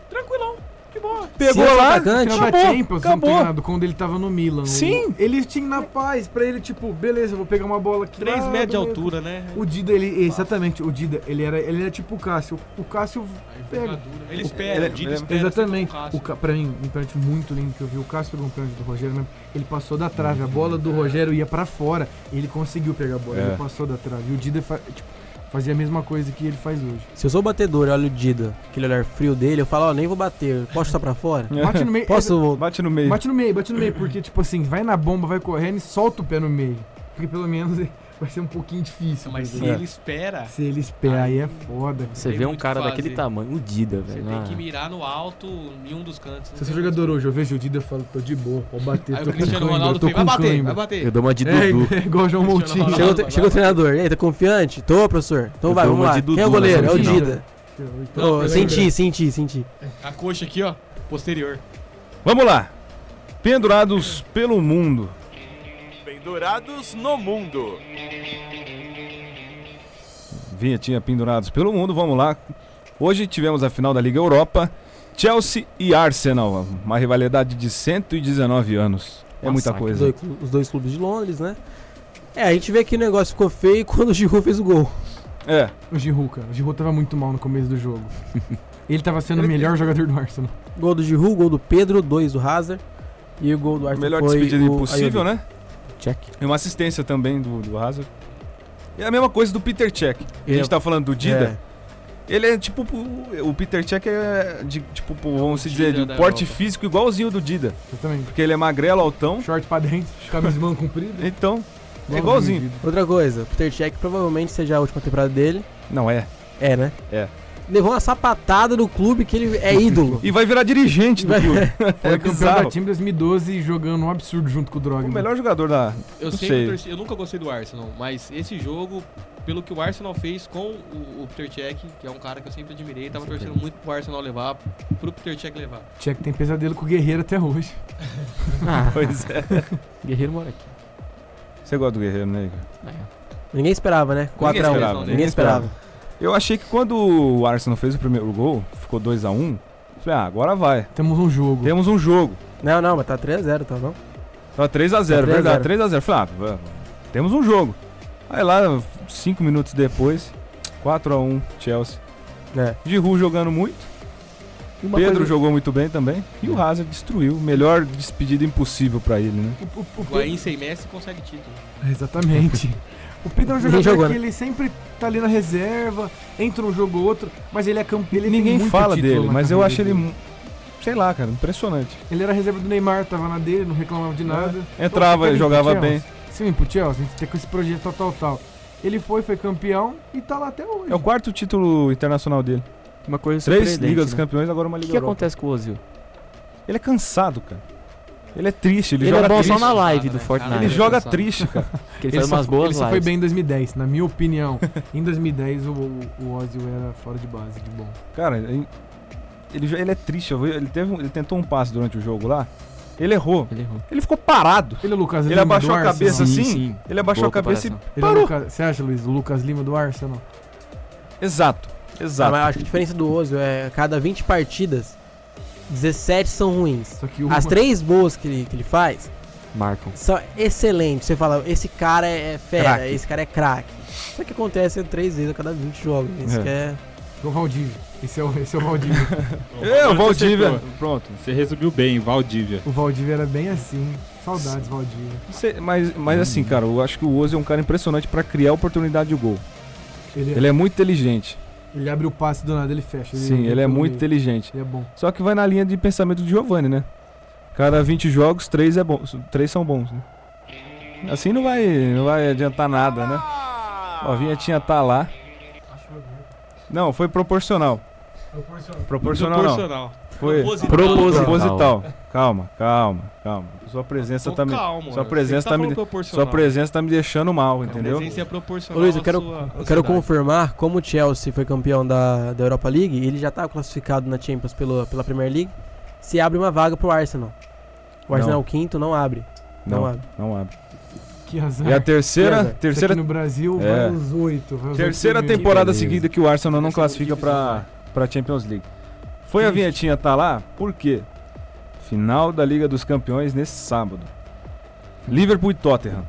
Tranquilão, de boa. Pegou
esse
lá,
atacante-
acabou,
final da Champions, se eu não tô
acabou.
enganado, quando ele tava no Milan. o-
Sim.
Ele tinha na paz, pra ele, tipo, beleza, eu vou pegar uma bola aqui.
3
lá
metros de
do meio.
altura, né?
O Dida, ele. Exatamente, o Dida, ele era, ele era tipo o Cássio. O Cássio. pega.
Ele
O-
espera,
É, ele-
o Dida
ele-
espera.
exatamente.
sempre
O,
Cássio.
Ca- pra mim, um pênalti muito lindo que eu vi. O Cássio pegou um pênalti do Rogério mesmo. Ele passou da trave,
Uhum.
a bola
É.
do Rogério ia pra fora. Ele conseguiu pegar a bola,
É.
ele passou da trave. E o Dida fa- tipo, fazia a mesma coisa que ele faz hoje.
Se eu sou batedor e olho o Dida, aquele olhar frio dele, eu falo, ó, nem vou bater, posso estar pra fora?
Bate no meio.
É. Posso...
Bate no meio.
Bate no meio, bate no meio, porque, tipo assim, vai na bomba, vai correndo e solta o pé no meio. Porque pelo menos vai ser um pouquinho difícil.
Mas
por
se
É.
ele espera,
exemplo. se ele espera, aí é foda.
Você
Tem
vê um
muito
cara
fazer.
daquele tamanho, o Dida,
você
velho.
tem que
ah.
mirar no alto em um dos cantos. não
Se eu
tem
sou
muito.
jogador hoje, eu vejo o Dida e falo, tô de boa, vou bater,
Aí
tô
o
com
Cristiano
cãibra,
Ronaldo
tô
fez,
com
vai bater, vai
cãibra.
bater.
Eu dou uma de
É,
Dudu.
é igual o João
Cristiano
Moutinho.
Ronaldo.
Chegou, o tre- chegou o treinador, e aí, tá confiante? Tô, professor. Então
Eu
vai,
dou
vamos
uma
lá.
de
Quem é o
Dudu
goleiro? É
nessa
o
final.
Dida.
Então,
Ô,
é
eu
senti, senti, senti.
A coxa aqui, ó, posterior.
Vamos lá. Pendurados pelo mundo.
Pendurados no mundo.
Vinhetinha pendurados pelo mundo, vamos lá. Hoje tivemos a final da Liga Europa, Chelsea e Arsenal, uma rivalidade de 119 anos. É muita
Massacre.
Os
coisa.
dois, clu- os dois clubes de Londres, né? É, a gente vê que o negócio ficou feio quando o Giroud fez o gol.
É,
O Giroud, cara. O Giroud tava muito mal no começo do jogo. Ele tava sendo o melhor jogador do Arsenal.
Gol do Giroud, gol do Pedro, dois do Hazard. E o gol do
a
Arthur
melhor
foi
despedida
o
possível,
Ayoade.
né?
Check.
E uma assistência também do, do Hazard. E a mesma coisa do Peter Cech. A
Ele-
gente tá falando do Dida.
É.
Ele é tipo. O o Peter Cech é de, tipo, vamos se dizer,
Dida
de
da
porte
Europa.
físico igualzinho do Dida.
Exatamente.
Porque ele é magrelo, altão.
Short pra dentro, camisa de mão comprida.
Então, é
bola
igualzinho.
dividida.
Outra coisa, o Peter Cech provavelmente seja a última temporada dele.
Não é.
É, né?
É.
Levou uma sapatada do clube que ele é ídolo.
E vai virar dirigente do clube.
Foi
é
campeão da
bizarro.
Time 2012 jogando um absurdo junto com o Drogba.
O melhor jogador da.
Eu
Não
sempre
sei.
torci, eu nunca gostei do Arsenal, mas esse jogo, pelo que o Arsenal fez com o, o Peter Cech, que é um cara que eu sempre admirei, tava torcendo muito pro Arsenal levar, pro Peter Cech levar.
Tchek tem pesadelo com o Guerreiro até hoje.
Ah,
Pois é.
Guerreiro mora aqui.
Você gosta do Guerreiro, né, Igor?
É.
Ninguém esperava, né? 4x1. Ninguém,
esperava, ninguém
esperava.
Eu achei que quando o Arsenal fez o primeiro gol, ficou 2x1, falei, ah, agora vai.
Temos um jogo.
Temos um jogo.
Não, não, mas tá 3x0, tá não?
Tava 3x0,
Tá 3 a 0.
verdade, 3x0. Falei, ah, va- temos um jogo. Aí lá, 5 minutos depois, 4x1, Chelsea.
É.
Giroud jogando muito.
E uma
Pedro
coisa-
jogou muito bem também. E o Hazard destruiu. Melhor despedida impossível pra ele, né?
O Guaim sem Messi consegue título.
Exatamente. O Pedro é um jogador
Ninguém jogou,
que
né?
ele sempre tá ali na reserva, entra um jogo ou outro, mas ele é campeão. Ele tem
Ninguém
muito
fala
título
dele,
na
mas eu
carreira
acho ele.
dele.
mu- Sei lá, cara, impressionante.
Ele era reserva do Neymar, tava na dele, não reclamava de nada.
Entrava e
Então,
jogava
Chelsea.
bem.
Sim, pro Chelsea, a gente tá com esse projeto tal, tal, tal. Ele foi, foi campeão e tá lá até hoje.
É o quarto título internacional dele.
Uma coisa
Três
surpreendente,
Ligas dos
né?
Campeões, agora uma
O que,
Liga
que
Europa.
acontece com o Ozil?
Ele é cansado, cara. Ele é triste, ele,
Ele
joga
é bom
triste.
só na é live
Nada,
do
né?
Fortnite.
Nada.
Ele
Ah,
joga
cansado.
triste, cara.
Que ele faz
só,
umas boas
ele só
lives.
foi bem em 2010, na minha opinião. em 2010 o, o, o Ozil era fora de base, de bom.
Cara, ele, ele jo- ele é triste. eu vi- Ele, teve, um- ele tentou um passe durante o jogo lá. Ele errou.
Ele é errou.
Ele ficou parado.
Ele é o Lucas
Ele
Lima
abaixou
do
a
Arsenal.
cabeça assim? Ele abaixou
Boa
a cabeça
comparação.
e
Ele é o
parou.
Lucas- você acha, Luiz, o Lucas Lima do Arsenal?
Exato,
Ah,
exato.
mas eu acho que a diferença do Ozil é a cada 20 partidas, 17 são ruins.
Só que o
As três boas que ele, que ele faz
Marcam.
são excelentes. Você fala, esse cara é fera,
Craque.
esse cara é craque. Só que acontece três vezes a cada 20 jogos. né? Isso
É.
que é.
O Valdívia. Esse é o, esse é o Valdívia.
É, o
Agora você
Valdívia.
acertou.
Pronto.
Você resumiu bem, Valdívia.
o Valdívia era bem assim. Saudades, Valdívia.
Você- mas, mas assim, cara, eu acho que o Ozzy é um cara impressionante pra criar oportunidade de gol.
Ele,
Ele é muito inteligente.
ele abre o passe do nada, ele fecha.
Sim, ele é
pelo
muito
meio.
inteligente.
Ele é bom.
Só que vai na linha de pensamento do Giovanni, né? Cada 20 jogos, 3 é bom, três são bons, né? Assim não vai, não vai adiantar nada, né? Ó, a vinhetinha tá lá. Não, foi proporcional. Proporcional. Proporcional não.
Proporcional.
Foi
Proposital.
proposital.
Proposital.
Calma, calma, calma. Sua presença
Tô
tá me,
calmo,
sua
mano.
presença
Você
tá
tá
me-
falando
sua
proporcional.
presença tá me deixando mal,
A
entendeu?
presença é proporcional
Ô, Luiz, eu
à
quero-
sua
Eu quero
ansiedade.
confirmar, como o Chelsea foi campeão da, da Europa League, ele já tá classificado na Champions pela, pela Premier League, se abre uma vaga pro Arsenal. O
Não.
Arsenal é o quinto, não abre. Não,
Não,
abre.
não é. abre.
Que azar.
E a
Que
terceira,
azar.
Isso aqui
terceira,
no Brasil
É.
vai os oito. vai os
terceira
oito primeiros.
temporada
beleza.
seguida que o Arsenal não
um Terceira
classifica pra,
divisão,
pra Champions League. Foi a
Triste.
vinhetinha tá lá, por quê? Final da Liga dos Campeões nesse sábado. Liverpool e Tottenham.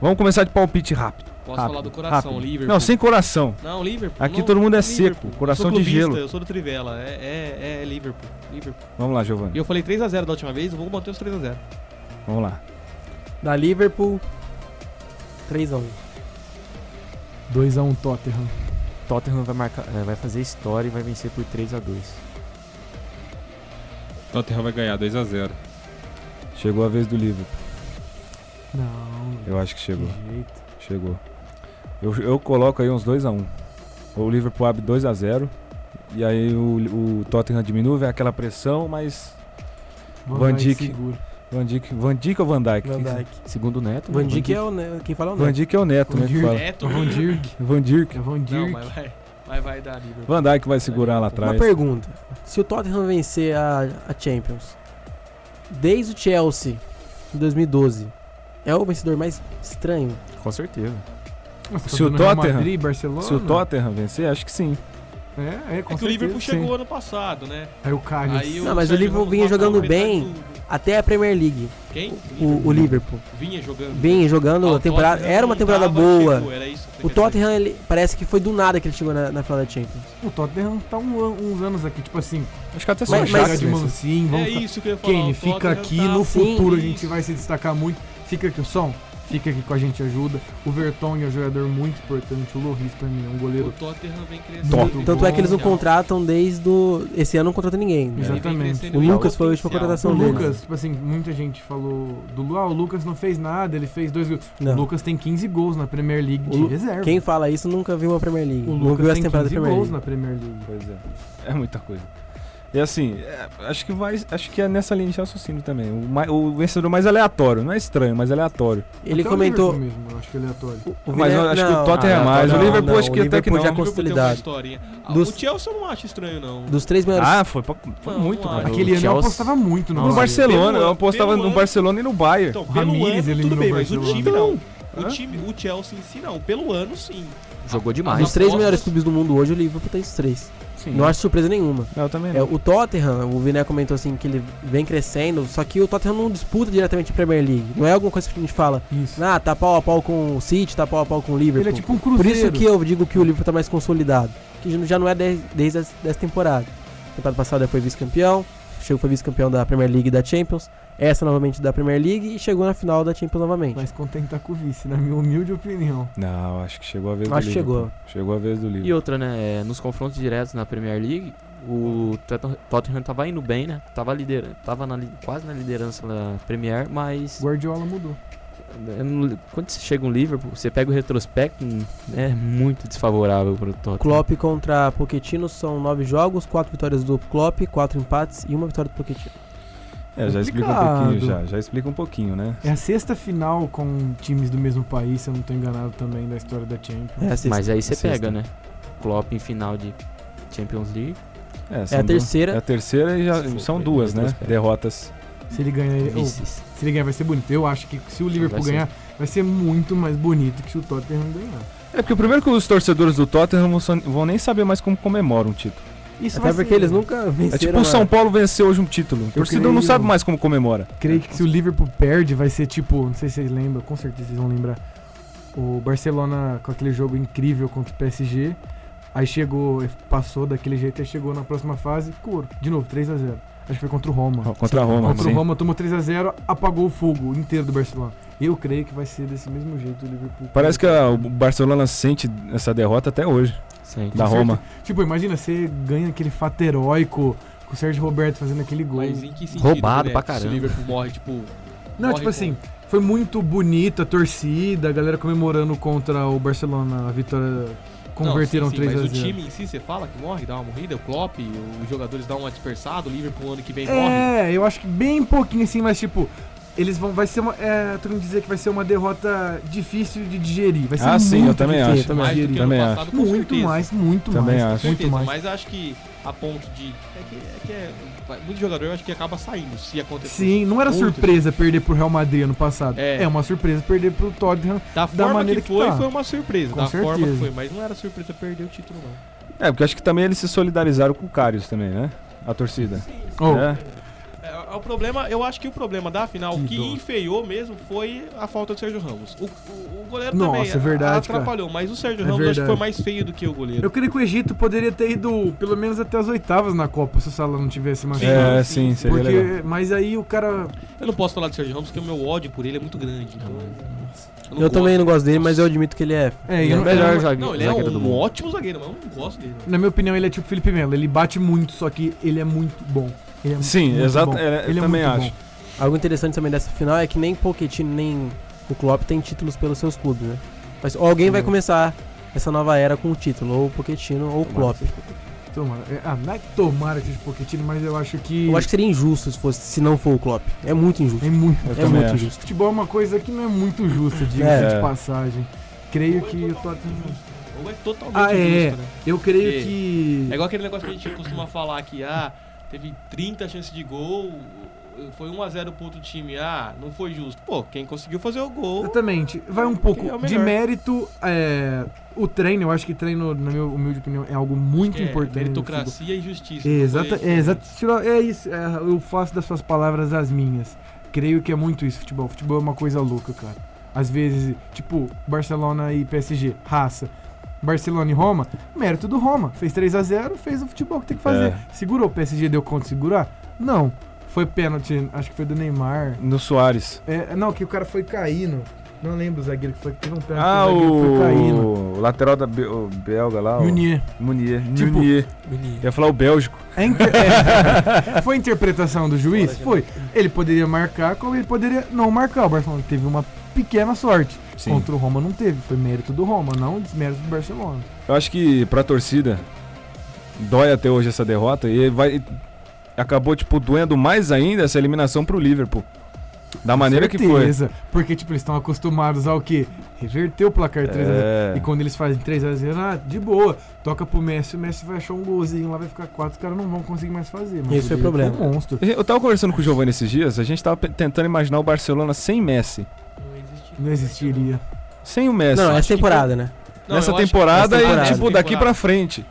Vamos começar de palpite rápido.
Posso
Rápido,
falar do coração,
rápido.
Liverpool.
Não, sem coração.
Não, Liverpool.
Aqui
não,
todo mundo é
Liverpool.
seco, coração
eu sou
de
clubista,
gelo.
Eu sou do Trivela, é, é, é Liverpool. Liverpool.
Vamos lá,
E
Giovanni.
eu falei 3x0 da última vez, eu vou bater os 3x0.
Vamos lá.
Da Liverpool, 3x1.
2x1 Tottenham.
Tottenham vai, marcar, eh, vai fazer história e vai vencer por 3 a 2
Tottenham vai ganhar 2x0.
Chegou a vez do Liverpool.
Não,
Eu acho que chegou.
que jeito.
Chegou. Eu, eu coloco aí uns 2x1. O Liverpool abre 2x0. E aí o, o Tottenham diminui, vem aquela pressão, mas.
Van
Van
Dijk
Dijk.
segura.
Van Dijk, Van Dijk ou Van Dijk?
Van
Quem que-
Dijk.
Segundo o Neto,
Van Dijk é o, né, quem fala é o
Van
Neto.
Dijk é o Neto, né? Que fala.
Neto,
Van Dijk.
Van Dijk.
É Van
Não,
Dijk.
mas vai, mas vai dar Liverpool.
Van Dijk vai segurar lá
Uma
atrás.
pergunta. Se o Tottenham vencer a, a Champions, desde o Chelsea, em 2012, é o vencedor mais estranho?
Com certeza.
Nossa,
Se o
dando Real
Tottenham-
Madrid, Barcelona.
Se o Tottenham vencer, acho que sim.
É, é, com
É que o
certeza,
Liverpool
sim.
chegou ano passado, né?
Aí o Carlos.
Aí
Não, mas o
Sérgio
Liverpool
Ramos
vinha
matou
jogando
metade
bem.
do-
Até a Premier League,
Quem?
o, o Liverpool
Vinha jogando.
vem jogando
Ah,
a
o
temporada,
Tottenham
era uma
não
temporada
tava,
boa.
chegou, era isso que você
O
quer dizer.
Tottenham ele, parece que foi do nada que ele chegou na, na final da Champions.
O Tottenham tá um an- uns anos aqui, tipo assim,
Acho que até são
vamos
Mas-
chegar
chatos.
de
né?
mansinho, vamos
É isso que eu ia falar.
Kane,
o
fica
Tottenham
aqui,
tá-
no
Sim,
futuro a
isso.
gente vai se destacar muito. Fica aqui o som, fica aqui com a gente ajuda. O Vertonghen é um jogador muito importante, o Loris pra mim é um
O
goleiro.
Tottenham vem crescendo.
Top.
tem
Tanto é que eles não
potencial.
contratam desde o... Esse ano não contrata ninguém.
Ele
Né?
vem
Exatamente.
crescendo
O
em
Lucas foi a última
potencial.
O
contratação dele.
Lucas, tipo assim, muita gente falou do Lu, ah, o Lucas não fez nada, ele fez dois gols. O
Não.
Lucas tem 15 gols na Premier League
O
de
Lu-
reserva.
Quem fala isso nunca viu uma Premier League.
o
não viu
Lucas
essa
tem
temporada
15
da Premier
gols
League.
na Premier League.
Pois é. É muita coisa. E assim, é, acho que vai. Acho que é nessa linha de raciocínio também. O, mai- o vencedor mais aleatório. Não é estranho, mas aleatório.
Ele
Até o
comentou.
Liverpool mesmo, eu acho que é aleatório.
o
Mas eu
Vina-
acho que o
não,
Tottenham é
não,
mais.
não,
o Liverpool
não,
acho que
o
até que não.
Liverpool já
O Liverpool tem uma
consolidado.
historinha. Ah,
Dos-
O Chelsea eu não acho estranho, não.
Dos três melhores.
Ah, foi, pra- foi
Não,
muito,
não
cara.
acho.
Aquele ano eu
Chelsea-
apostava muito
No Barcelona,
pelo-
eu apostava
pelo
no
ano-
Barcelona e no Bayern.
Então,
O
pelo
Ramires
ano,
eliminou
tudo bem, mas
o
o
Barcelona.
time não.
Hã?
O time, o Chelsea em si não. Pelo ano, sim.
Jogou demais.
Dos três
apostas-
melhores clubes do mundo hoje, o Liverpool tem esses três.
Sim.
Não acho surpresa nenhuma.
Não, eu também
É,
não.
o Tottenham, o Viné comentou assim que ele vem crescendo, só que o Tottenham não disputa diretamente a Premier League. Não é alguma coisa que a gente fala,
Isso.
ah, tá pau a pau com o City, tá pau a pau com o Liverpool.
Ele é tipo um
Por
cruzeiro.
isso que eu digo que o Liverpool tá mais consolidado, que já não é de- desde as- dessa temporada. Temporada passada foi vice-campeão. Chegou foi vice-campeão da Premier League e da Champions. Essa novamente da Premier League e chegou na final da Champions novamente.
Mas contentar com o vice, na minha humilde opinião.
Não, acho que chegou a vez
Acho
do
que
Liverpool. Chegou a vez do
E
livro.
outra, né? é, Nos confrontos diretos na Premier League, o Totten- Tottenham tava indo bem, né? Tava, lidera tava na li- quase na liderança da Premier, mas
Guardiola mudou.
eu não- quando você chega um Liverpool, você pega o retrospecto, hum, é muito desfavorável pro Tottenham.
Klopp contra Pochettino são nove jogos, quatro vitórias do Klopp, quatro empates e uma vitória do Pochettino.
É, já explica um pouquinho,
complicado.
já. Já explica um pouquinho, né?
É a sexta final com times do mesmo país, se eu não tô enganado também, da história da Champions.
É, a sexta.
Mas aí você
Sexta.
pega, né? Klopp em final de Champions League.
É,
é
são
a
duas-
terceira.
É a terceira e já
Se for
são
ver,
duas, né?
retrospecto.
Derrotas.
Se ele ganhar, ele- oh,
Vices.
se ele ganhar vai ser bonito. Eu acho que se o Liverpool
Vai ser.
ganhar, vai ser muito mais bonito que se o Tottenham ganhar.
É porque o primeiro que os torcedores do Tottenham não são- vão nem saber mais como comemoram um título.
Isso
Até
vai
porque
ser-
eles nunca venceram.
É tipo o
a-
São Paulo venceu hoje um título. O torcedor não
creio-
sabe mais como comemora.
Creio que se o Liverpool perde, vai ser tipo, não sei se vocês lembram, com certeza vocês vão lembrar. O Barcelona com aquele jogo incrível contra o PSG. Aí chegou, passou daquele jeito, aí chegou na próxima fase, couro. De novo, 3x0. Acho que foi contra o Roma.
Contra a Roma, né?
contra
sim.
o Roma tomou 3x0, apagou o fogo inteiro do Barcelona. Eu creio que vai ser desse mesmo jeito o Liverpool.
Parece que a- o Barcelona sente essa derrota até hoje,
Sim.
da
certeza.
Roma.
Tipo, imagina, você ganha aquele fato heróico com o Sérgio Roberto fazendo aquele gol.
Mas em que sentido?
Roubado
né?
pra
Se o
caramba.
Liverpool morre, tipo.
Não,
morre
tipo
com-
assim, foi muito bonita a torcida, a galera comemorando contra o Barcelona, a vitória converteram
não, sim, sim,
3
mas
a
o
0.
time em si, você fala que morre, dá uma morrida, o Klopp, o- os jogadores dão uma dispersada, o Liverpool ano que vem morre.
É, eu acho que bem pouquinho assim, mas tipo, eles vão vai ser uma, é, tô querendo dizer que vai ser uma derrota difícil de digerir, vai ser
Ah, sim, eu
muito
também
difícil
acho.
de
Mais do
digerir.
que ano
Também
passado, com
Muito
certeza.
mais, muito
Também
mais,
acho.
Com certeza,
muito mais.
mas acho que a ponto de. É que é. Que é vai- muito jogador eu acho que acaba saindo, se acontecer.
Sim, não era
Muito.
surpresa perder pro Real Madrid ano passado. É,
É.
uma surpresa perder pro Tottenham.
Da forma
maneira
que
que
foi,
tá.
foi uma surpresa.
Com
da forma que
certeza.
foi, mas não era surpresa perder o título, não.
É, porque acho que também eles se solidarizaram com o Karius também, né? A torcida.
Oh,
né?
É, o problema, eu acho que o problema da final,
Que
que,
dó.
enfeiou mesmo, foi a falta do Sérgio Ramos. O, o, o goleiro
Nossa,
também
é verdade, cara.
atrapalhou, mas o Sérgio
É
Ramos acho que
verdade.
foi mais feio do que o goleiro.
Eu creio que o Egito poderia ter ido pelo menos até as oitavas na Copa se o Salah não tivesse machucado.
É,
sim,
sim,
sim,
seria
Porque,
legal.
mas aí o cara
Eu não posso falar do Sérgio Ramos porque o meu ódio por ele é muito grande. então, não
Eu também
gosto.
não gosto dele, mas eu admito que ele é.
É,
Ele
eu
é
não-
o melhor
eu não-
zague-
Não, ele é
zagueiro do
um
mundo.
ótimo zagueiro, mas eu não gosto dele.
na minha opinião, ele é tipo Felipe Melo. Ele bate muito, só que ele é muito bom. Ele é
Sim,
muito
exato.
bom.
é, eu
Ele é
também
muito
acho.
bom.
Algo interessante também dessa final é que nem Pochettino nem o Klopp tem títulos pelos seus clubes, né? Mas ou alguém vai começar essa nova era com o título, ou o Pochettino ou o Klopp.
Tomara. É, Ah, não é que tomara que seja Pochettino, mas eu acho que.
Eu acho que seria injusto se fosse, se não for o Klopp. É muito injusto.
é muito.
Eu
é
também
muito
acho.
injusto.
Futebol é uma coisa que não é muito justa, diga-se
É.
de passagem. Creio que o Tottenham.
Ou é totalmente
Ah, é.
injusto, né?
Eu creio
Que-
que.
É igual aquele negócio que a gente costuma falar que, ah, teve 30 chances de gol, foi 1x0 pro outro time, ah, não foi justo. Pô, quem conseguiu fazer o gol.
Exatamente. Vai um
Quem é
pouco
o
de
melhor.
mérito. é, o treino, eu acho que treino, na minha humilde opinião, é algo muito
que é
importante. no futebol.
Meritocracia e justiça. não foi- né?
Exata, é, exata, tirou- é isso, é, eu faço das suas palavras as minhas. Creio que é muito isso, futebol. Futebol é uma coisa louca, cara. Às vezes, tipo, Barcelona e PSG, raça. Barcelona e Roma, mérito do Roma. Fez 3 a 0 fez o futebol que tem que fazer. Segurou, o PSG deu conta de segurar? Não. Foi pênalti, acho que foi do Neymar.
No Soares.
É, não, que o cara foi caindo. Não lembro o zagueiro que foi. Teve um pênalti
Ah,
que o zagueiro foi caindo.
o, o lateral da Be- o belga lá. o-
Meunier.
Munier.
Tipo-
Munier. Ia falar o Bélgico.
É inter- é. Foi a interpretação do juiz? Foi. Ele poderia marcar, como ele poderia não marcar. O Barcelona teve uma pequena sorte.
Sim.
Contra o Roma não teve. Foi mérito do Roma, não desmérito do Barcelona.
Eu acho que pra torcida dói até hoje essa derrota e vai acabou tipo doendo mais ainda essa eliminação pro Liverpool. Da maneira
Certeza. Porque, tipo, eles estão acostumados ao quê? Reverter o placar
que foi.
3x0.
É.
E quando eles fazem 3x0, ah, de boa. Toca pro Messi, o Messi vai achar um golzinho lá, vai ficar 4, os caras não vão conseguir mais fazer. Mas
Esse é o
Liverpool
problema.
É um monstro.
Eu tava conversando com o Giovanni esses dias, a gente tava pe- tentando imaginar o Barcelona sem Messi.
Não existe.
Não existiria.
Sem o Messi.
Não,
acho
essa
que
temporada, né?
Não,
nessa
eu acho que-
temporada
nessa
e
temporada.
tipo daqui pra frente.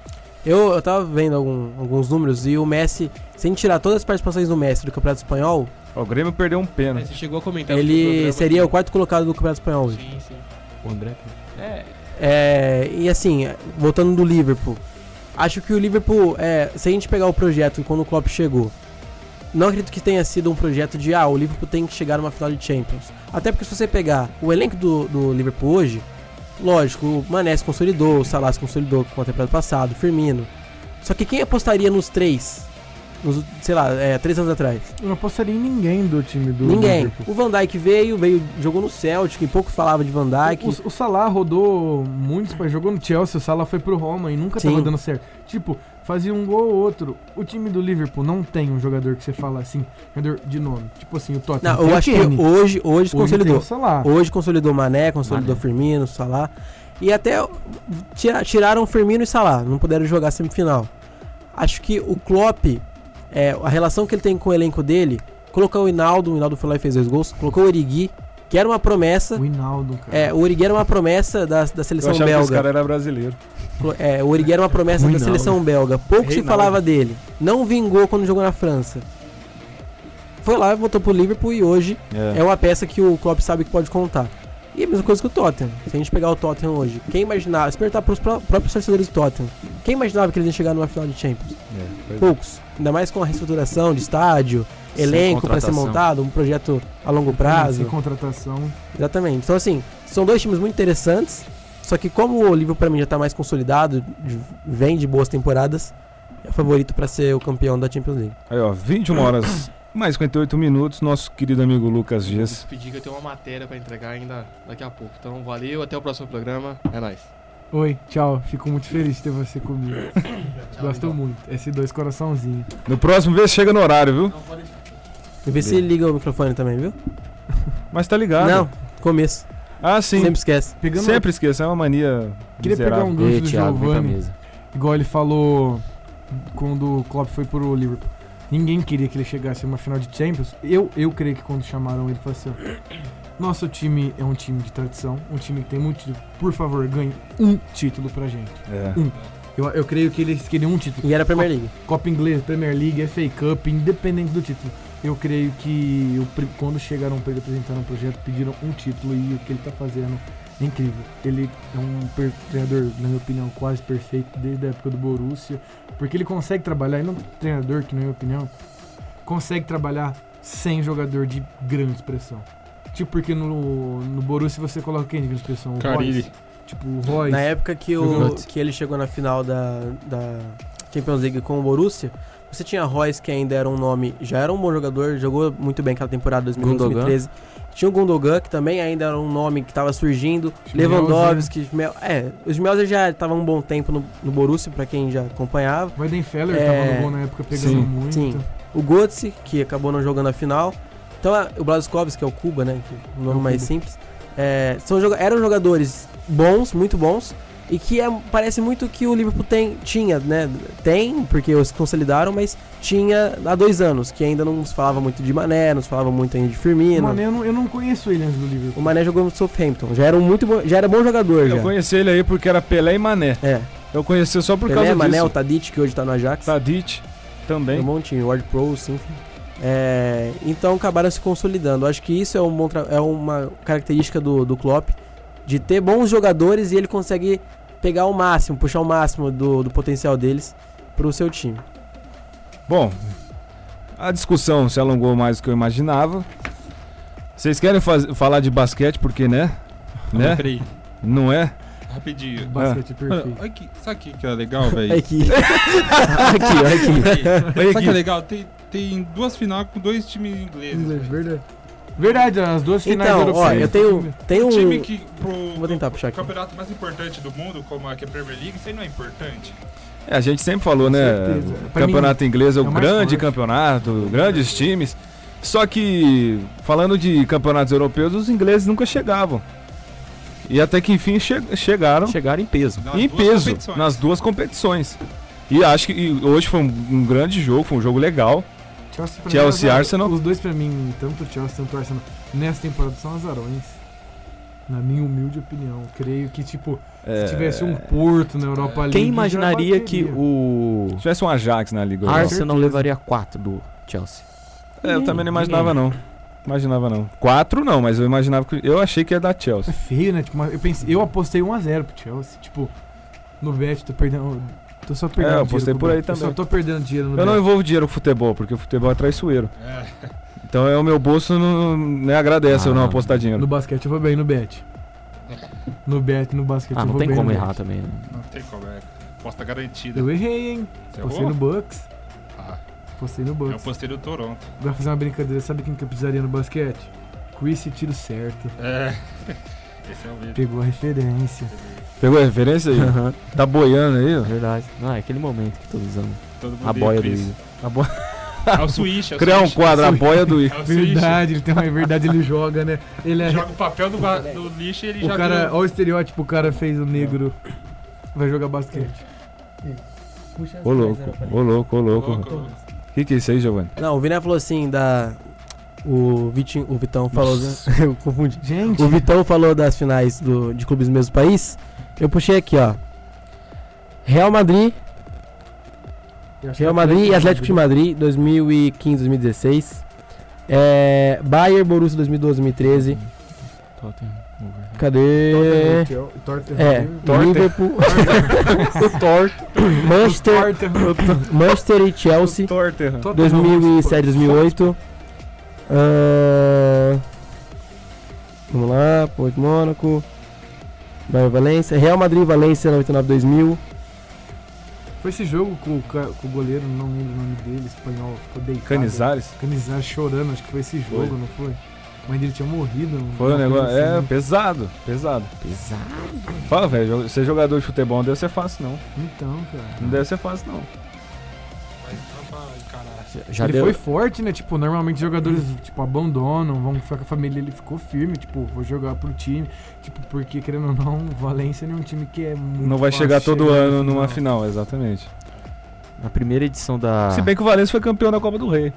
Eu, eu tava vendo algum- alguns números e o Messi, sem tirar todas as participações do Messi do Campeonato Espanhol,
Ó, o Grêmio perdeu um
É,
pênalti.
Você chegou a comentar. no
ele
programa
seria o
que-
quarto colocado do Campeonato Espanhol hoje.
Sim, sim.
O André
É,
É, e assim, voltando do Liverpool, Acho que o Liverpool, é, se a gente pegar o projeto quando o Klopp chegou, não acredito que tenha sido um projeto de, ah, o Liverpool tem que chegar numa final de Champions. Até porque se você pegar o elenco do, do Liverpool hoje, lógico, o Mané se consolidou, o Salah se consolidou com a temporada passada, o Firmino. Só que quem apostaria nos três, nos, sei lá, é, três anos atrás?
Eu não apostaria em ninguém do time do
Ninguém.
Liverpool.
O Van Dijk veio, veio, jogou no Celtic, e pouco falava de Van Dijk.
O, o Salah rodou muitos países, jogou no Chelsea, o Salah foi pro Roma e nunca
Sim.
tava dando certo. Tipo, fazia um gol ou outro. O time do Liverpool não tem um jogador que você fala assim, jogador de nome. Tipo assim, o Tottenham.
Não,
tem
eu
o
acho que
Kane.
hoje, hoje se
Hoje tem
consolidou.
o Salah.
Hoje consolidou Mané, consolidou Firmino, Salah. E até tira- tiraram Firmino e Salah, não puderam jogar semifinal. Acho que o Klopp, é, a relação que ele tem com o elenco dele, colocou o Hinaldo, o Hinaldo foi lá e fez dois gols, colocou o Origi, que era uma promessa.
O Hinaldo, cara.
É, o Origi era uma promessa da, da
Eu
seleção
achava que esse
belga.
cara era brasileiro.
Clo- é, o Origi era uma promessa da seleção belga. Pouco se falava dele. Não vingou quando jogou na França. Foi lá, voltou pro Liverpool e hoje é uma peça que o Klopp sabe que pode contar. E a mesma coisa que o Tottenham. Se a gente pegar o Tottenham hoje, quem imaginava, se perguntar pros pró- próprios torcedores do Tottenham, quem imaginava que eles iam chegar numa final de Champions?
pois é.
Poucos. Ainda mais com a reestruturação de estádio,
Sem
elenco pra ser
contratação.
montado, um projeto a longo
Sem
prazo.
contratação.
Exatamente. Então, assim, são dois times muito interessantes. Só que como o Liverpool pra mim já tá mais consolidado, de- vem de boas temporadas, é o favorito pra ser o campeão da Champions League.
Aí, ó, 21 horas, mais 58 minutos, nosso querido amigo Lucas
Vou
Dias.
despedir que eu tenho uma matéria pra entregar ainda daqui a pouco. Então valeu, até o próximo programa. É nóis.
Oi, tchau. Fico muito feliz de ter você comigo. Gostou muito. Esse dois coraçãozinho.
No próximo vez chega no horário, viu?
E vê se liga o microfone também, viu?
Mas tá ligado.
Não, começo.
Ah, sim.
Sempre esquece.
Pegando
Sempre esqueço, é uma mania.
Queria
miserável.
pegar um gancho
Ei,
do
Thiago, vem pra
Giovanni.
mesa.
Igual ele falou quando o Klopp foi pro Liverpool. Ninguém queria que ele chegasse a uma final de Champions. Eu, eu creio que quando chamaram ele, falou assim: ó, Nosso time é um time de tradição, um time que tem muito título. Por favor, ganhe um título pra gente.
um
É.
Eu, eu creio que eles queriam um título.
E era a Premier League.
Copa Inglesa, Premier League, FA Cup, independente do título. Eu creio que o pri- quando chegaram para ele apresentar um projeto, pediram um título e o que ele tá fazendo é incrível. Ele é um per- treinador, na minha opinião, quase perfeito desde a época do Borussia, porque ele consegue trabalhar, ele é um treinador que, na minha opinião, consegue trabalhar sem jogador de grande expressão. Tipo, porque no, no Borussia você coloca quem de grande expressão? O
Carille.
Né?
Royce. Tipo, o Royce.
Na época que, o,
Jogando.
que ele chegou na final da, da Champions League com o Borussia, você tinha Royce, que ainda era um nome, já era um bom jogador, jogou muito bem aquela temporada 2012,
Gundogan.
2013. Tinha o Gundogan, que também ainda era um nome que estava surgindo.
Schmelzer.
Lewandowski, Schmel... é, os Schmelzer já estavam um bom tempo no, no Borussia, pra quem já acompanhava.
O Weidenfeller
É,
tava no gol na época pegando
sim,
muito.
sim. O Götze, que acabou não jogando a final. Então, a- o Blazkowicz, que é o Cuba, né? que é o nome
o
mais
Cuba.
simples. é, são, joga- eram jogadores bons, muito bons. E que é- parece muito que o Liverpool tem, tinha, né? Tem, porque eles se consolidaram, mas tinha há dois anos. Que ainda não se falava muito de Mané, não se falava muito ainda de
O
Firmino.
Mané, eu não, eu não conheço ele antes do
O
Liverpool.
Mané jogou no Southampton. Já era um muito bom, já era bom jogador,
Eu
já.
conheci ele aí porque era Pelé e Mané.
É.
Eu conheci só por
Pelé,
causa
Mané, o
disso.
Tadic, que hoje tá no Ajax.
Tadic também.
Tem um monte, Ward Pro, sim. É, então acabaram se consolidando. Acho que isso é, um bom tra- é uma característica do, do Klopp, de ter bons jogadores e ele consegue pegar o máximo, puxar o máximo do, do potencial deles pro seu time.
Bom, a discussão se alongou mais do que eu imaginava. Vocês querem faz- falar de basquete porque, né?
Né?
Né?
Peraí,
Não é?
rapidinho.
Basquete
Mano,
perfeito.
olha aqui, sabe o que que é legal, velho?
Olha aqui. aqui, olha aqui.
Sabe o que é legal? Tem, tem duas finais com dois times ingleses.
Inglês,
velho.
verdade. Verdade, as duas finais
Então, ó,
europeias.
eu tenho, tenho
Um time
um.
que pro
Vou tentar puxar
pro
aqui.
campeonato mais importante do mundo, como é que é a Premier League, isso aí não é importante.
É, a gente sempre falou, né?
certeza.
O
Pra
campeonato inglês é
é
o
o mais
grande
forte.
campeonato, grandes times. Só que, falando de campeonatos europeus, os ingleses nunca chegavam. E até que enfim che- chegaram
Chegaram em peso.
Nas
em
duas
peso
competições.
nas duas competições. E acho que e hoje foi um, um grande jogo, foi um jogo legal.
Chelsea, pra
Chelsea
mim, é azar-
Arsenal.
Os dois pra mim, tanto o Chelsea quanto o Arsenal, nessa temporada são azarões. Na minha humilde opinião. Creio que, tipo,
É,
se tivesse um Porto na Europa League.
Quem
já
imaginaria que
bateria.
o
se tivesse um Ajax na Liga Europa.
Arsenal levaria 4 do Chelsea?
É, eu também não imaginava, não. Imaginava não. Quatro não, mas eu imaginava que. Eu achei que ia dar
É
Chelsea.
um feio, né? Tipo, mas eu, pensei, eu apostei 1x0 pro Chelsea. Tipo, no bet, tô perdendo. Tô só perdendo
É, eu postei
dinheiro,
por aí
Cobra. Eu
também.
só tô perdendo dinheiro no
Eu não
Beto.
envolvo dinheiro com futebol, porque o futebol é traiçoeiro. Então é o meu bolso não né, agradece eu não
Ah.
apostar
No
dinheiro.
basquete eu vou bem, no bet. No bet, no basquete
Ah,
eu
não
vou
tem
bem
como
no
errar
bet.
também. né?
Não tem como, é. Aposta garantida. é
Eu errei, hein?
Você
Postei
errou?
no Bucks.
Ah,
Postei no
eu
Bucks.
postei do Toronto.
Vai fazer uma brincadeira, sabe quem que eu precisaria no basquete? Chris e tiro certo.
É. Esse é o vídeo.
Pegou a referência.
Pegou a referência aí?
Aham,
Tá boiando aí? ó.
Verdade. Não, é aquele momento que todos amam.
Todo mundo
A
odeia
boia do
Chris.
Igor.
A bo-
É o Switch, é o
Criar um
Switch.
quadro, a boia do Ico.
É o Switch.
Verdade, ele tem uma verdade, ele joga, né? Ele é.
Joga o papel do, ba- do lixo e ele
O
já
cara, é
vira-
olha o estereótipo, o cara fez o negro. Vai jogar basquete.
Ô louco, ô louco, ô louco.
Louco.
O que, que é isso aí, Giovanni?
Não, o Viné falou assim da. O Vitinho, o Vitão falou. Eu confundi.
Gente,
O Vitão falou das finais do, de clubes do mesmo país. Eu puxei aqui, ó. Real Madrid,
eu acho que
Real
é
Madrid e Atlético de Madrid, 2015, 2016. É, Bayern, Borussia, 2012, 2013. Cadê?
Tottenham, Tottenham,
É,
Tottenham.
Liverpool, Manchester,
Tottenham.
Manchester e Chelsea,
Torterra.
Tottenham.
2007, 2008. Ahn, Ah, vamos lá, Porto Mônaco. Bayern Valência, Real Madrid Valência 99 2000.
Foi esse jogo com, o ca- com o goleiro, não lembro o nome dele, espanhol, ficou deitado.
Canizares?
Canizar chorando, acho que foi esse jogo,
Foi.
não foi? A mãe dele tinha morrido. um-
Foi um
uma coisa
negócio. É,
assim,
pesado, pesado.
Pesado.
Fala, velho, jo- ser jogador de futebol não deve ser fácil, não.
né? Então, cara.
Não deve ser fácil, não.
Já
ele
deu.
foi forte, né? Tipo, normalmente jogadores, tipo, abandonam, vão ficar com a família. Ele ficou firme, tipo, vou jogar pro time. Tipo, porque, querendo ou não, o Valência não é um time que é muito
Não vai
fácil
chegar todo
na
ano numa final, exatamente.
Na primeira edição da.
Se bem que o Valencia foi campeão da Copa do Rei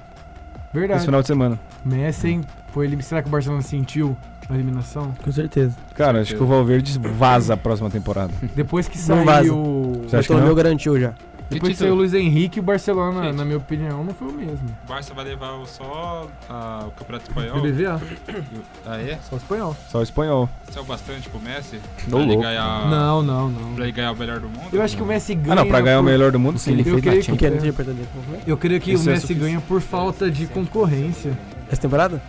esse
Verdade.
final de semana.
Messi, hein? Foi ele... Será que o Barcelona sentiu a eliminação?
Com certeza.
Cara, acho que o Valverde vaza a próxima temporada.
Depois que
Não vaza.
saiu...
Você acha que
Bartolomeu
não?
Então, garantiu já.
Depois que
título?
saiu o Luiz Henrique, o Barcelona,
Gente.
na minha opinião, não foi o mesmo.
O Barça vai levar o- só a- o Campeonato Espanhol.
BBVA,
Ah, é?
só espanhol.
Só o espanhol.
Isso é o bastante pro Messi?
Ô,
Pra ele
louco.
ganhar,
Não, não, não.
Ah. pra ele ganhar o melhor do mundo?
Eu acho que o Messi ganha.
Ah, não, pra ganhar o
por-
melhor do mundo, sim.
ele
eu
fez na
creio que-
O que?
Champions.
Não tinha perdido ele. Como foi?
Eu creio que
Isso
o
é
Messi
suficiente.
ganha por falta de concorrência.
Essa temporada?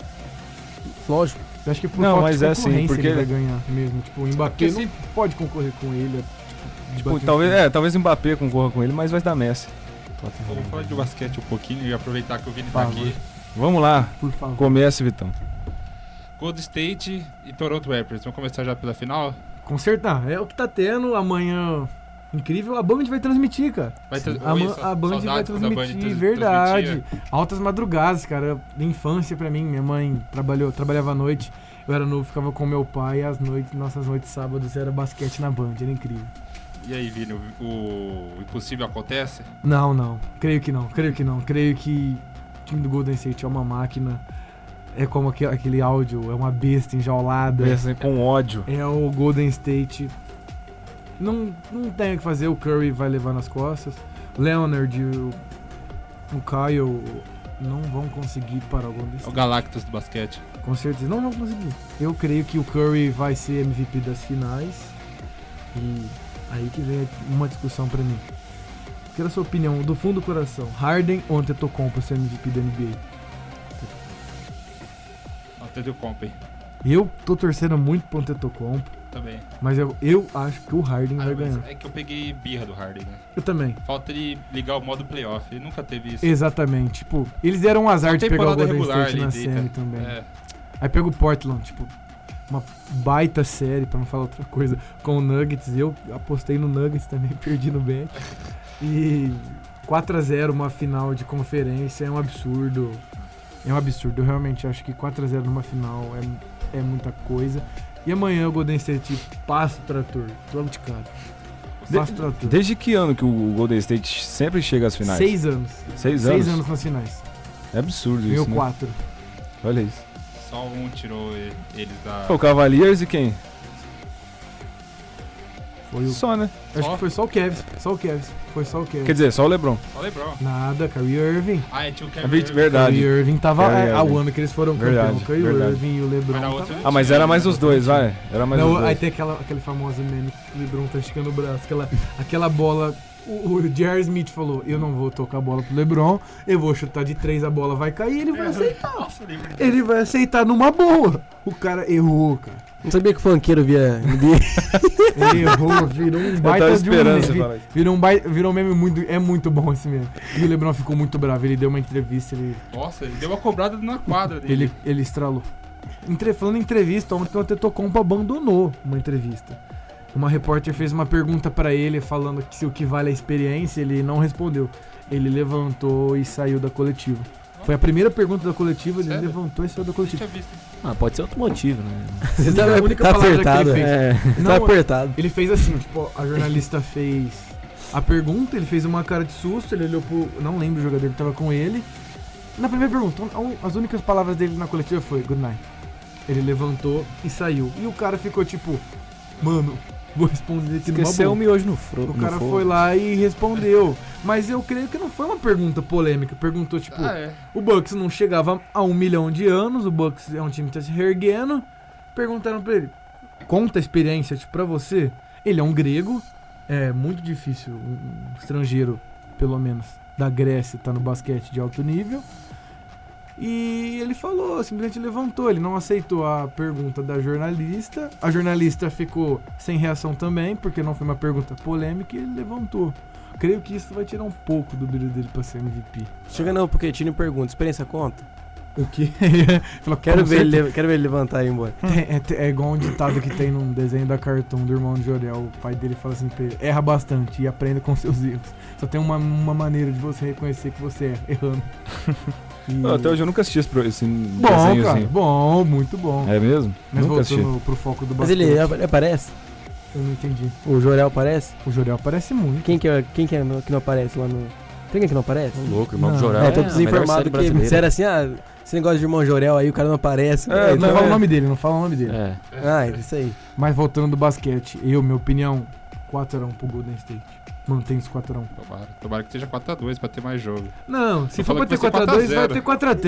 Lógico.
Eu acho que por
Não,
falta
mas
de
é assim,
concorrência
porque-
ele vai ganhar mesmo. Tipo, o Mbappé
Porque
não pode concorrer com ele. é, Tipo,
Tipo, talvez, é, talvez Mbappé concorra com ele, mas vai dar Messi.
Vamos falar de basquete um pouquinho e aproveitar que o Vini tá
Por favor.
aqui.
Vamos lá,
Por favor.
comece, Vitão.
Gold State e Toronto Raptors. Vamos começar já pela final?
Consertar. É o que tá tendo amanhã. Incrível, a Band vai transmitir, cara.
Vai tra-
A,
Oi,
ma-
sa-
a Band vai
saudades quando a Band
transmitir,
trans-
verdade.
transmitia.
Altas madrugadas, cara. Na infância pra mim, minha mãe trabalhou, trabalhava à noite. Eu era novo, ficava com meu pai e as noites, nossas noites sábados era basquete na Band, era incrível.
E aí, Vini, o, o impossível acontece?
Não, não. Creio que não. Creio que não. Creio que o time do Golden State é uma máquina. É como aque- aquele áudio, é uma besta enjaulada.
Messi com ódio.
É o Golden State. Não, não tem o que fazer, o Curry vai levar nas costas. Leonard e o, o Kyle não vão conseguir parar o Golden
É o
State.
Galactus do basquete.
Com certeza, não vão conseguir. Eu creio que o Curry vai ser MVP das finais. E aí que vem uma discussão pra mim. Quero a sua opinião, do fundo do coração. Harden ou Antetokounmpo ser MVP da NBA?
Até do Comp
Eu tô torcendo muito pro Antetokounmpo,
também.
mas eu, eu acho que o Harden
Ah,
vai
mas
ganhar.
é que eu peguei birra do Harden, né?
Eu também.
Falta ele ligar o modo playoff. Ele nunca teve isso.
Exatamente. Tipo, eles deram um azar
Na
de pegar o
temporada
Golden
regular
State
ele
na
deita.
série também.
É,
Aí pega o Portland, tipo, uma baita série, pra não falar outra coisa, com o Nuggets. Eu apostei no Nuggets também, perdi no bet. E 4 a 0 uma final de conferência é um absurdo. É um absurdo. Eu realmente acho que 4 a 0 numa final é, é muita coisa. E amanhã o Golden State passa o trator, logo de cara. Passa o trator.
Desde que ano que o Golden State sempre chega às finais?
Seis anos.
Seis
Seis
anos?
anos nas finais.
É absurdo
Ganhou
isso, né?
quatro.
Olha isso.
só um tirou ele- eles da.
Foi o Cavaliers e quem?
Foi o
Só, né?
Acho
Só?
que foi só o Kevs. Só o Kevs. Foi só o Kevs.
Quer dizer, só o LeBron.
Só LeBron.
Nada, Kyrie Irving.
Ah, é, tinha o
É
Kevin.
ver-
Irving.
verdade.
Kyrie Irving tava.
Kyrie
é, Ao
Irving.
ano que eles foram
Verdade,
campeão. O Kyrie
verdade.
Irving e o LeBron.
Mas na
tava-
outra não
Ah, mas
tinha,
era
né?
mais os dois, vai. Era mais
Não,
os dois.
aí tem aquela, aquele famoso meme que o LeBron tá esticando o braço. Aquela, aquela bola O, o Jerry Smith falou: Eu não vou tocar a bola pro LeBron, eu vou chutar de três, a bola vai cair, ele
É.
vai aceitar. Ele vai aceitar numa boa. O cara errou, cara.
Não sabia que o funkeiro via NBA.
Ele errou, virou um
Eu
baita
tava
de um
esperando você
meme.
falar isso.
Virou um, bai- virou um meme muito. É muito bom esse meme. E o LeBron ficou muito bravo. Ele deu uma entrevista, ele,
um-
Nossa, ele deu uma cobrada na quadra dele.
ele, ele estralou. Entre, falando em entrevista, ontem o Tetocompo um abandonou uma entrevista. Uma repórter fez uma pergunta pra ele falando que se o que vale é a experiência, ele não respondeu. Ele levantou e saiu da coletiva. Foi a primeira pergunta da coletiva, ele
Sério?
levantou e saiu da
Ele
coletiva.
tinha visto.
Ah, pode ser outro motivo, né?
Você tá,
É a única
tá
palavra que ele
apertado.
fez.
é.
Não,
tá apertado.
Ele fez assim, tipo, a jornalista fez a pergunta, ele fez uma cara de susto, ele olhou pro. Não lembro o jogador que tava com ele. Na primeira pergunta, a un- as únicas palavras dele na coletiva foi good night. Ele levantou e saiu. E o cara ficou tipo, mano, vou responder aqui numa
Esqueceu
boa.
o miojo no fro-
O
no
cara
fogo.
foi lá e respondeu. Mas eu creio que não foi uma pergunta polêmica. Perguntou, tipo,
Ah, é.
o Bucks não chegava a um milhão de anos, o Bucks é um time que tá se reerguendo. Perguntaram pra ele, conta a experiência tipo, pra você. Ele é um grego, é muito difícil, um um estrangeiro, pelo menos, da Grécia, tá no basquete de alto nível. E ele falou, simplesmente levantou, ele não aceitou a pergunta da jornalista. A jornalista ficou sem reação também, porque não foi uma pergunta polêmica, e ele levantou. Creio que isso vai tirar um pouco do brilho dele pra ser MVP.
Chega não, Pochettino e pergunta, experiência conta?
O que? Falou,
Quero
"Com
ver,
certeza."
ele, quero ver ele levantar e ir embora.
Tem- É, é igual um ditado que tem num desenho da Cartoon do irmão de Jorel. O pai dele fala assim pra ele: erra bastante e aprenda com seus erros. Só tem uma, uma maneira de você reconhecer que você erra, errando. E-
Não, até hoje eu nunca assisti esse, pro- esse
um
Bom,
desenho
cara,
assim.
bom, muito bom.
É mesmo?
Mas
nunca assisti.
voltando pro foco do
Mas
basquete,
ele, ele aparece?
eu não entendi.
O Jorel aparece?
O Jorel aparece muito.
Quem que, é- quem que, é no- que não aparece lá no... Tem quem que não aparece?
Tô louco, irmão
Não.
do Jorel.
É, tô
a melhor série
desinformado que
brasileira.
disseram assim, ah, esse negócio de irmão Jorel aí, o cara não aparece.
É,
É,
Não
então
fala
é-
o nome dele, não fala o nome dele.
É.
Ah, é isso aí.
Mas voltando do basquete, eu, minha opinião, 4x1 pro Golden State. Mantém os 4x1.
Tomara, tomara que seja 4x2 pra ter mais jogo.
Não, se
Tô
for pra
falando
ter
que vai
4x2,
ser
vai
4x0.
ter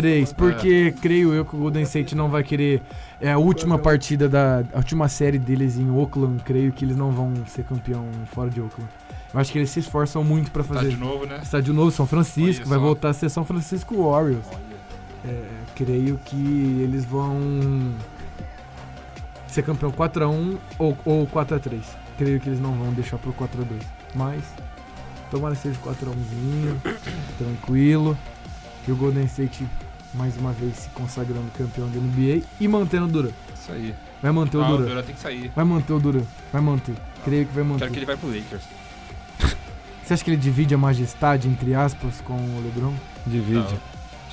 É.
4x3, porque creio eu que o Golden State não vai querer. É a última partida da. A última série deles em Oakland, creio que eles não vão ser campeão fora de Oakland. Eu acho que eles se esforçam muito pra
Tá de
fazer.
novo, né?
Estádio Novo, São Francisco,
Olha
vai
só.
voltar a ser São Francisco Warriors. É, creio que eles vão ser campeão 4x1 ou, ou 4x3. Creio que eles não vão deixar pro 4x2. Mas tomara que seja 4x1zinho, tranquilo. E o Golden State mais uma vez se consagrando campeão da NBA e mantendo o Duran.
Isso aí.
Vai manter o
ah, o
Duran.
Duran tem que sair.
Vai manter o Duran. Vai manter. Creio que vai manter.
Quero que ele vai pro Lakers. tá?
Você acha que ele divide a majestade, entre aspas, com o LeBron?
Divide.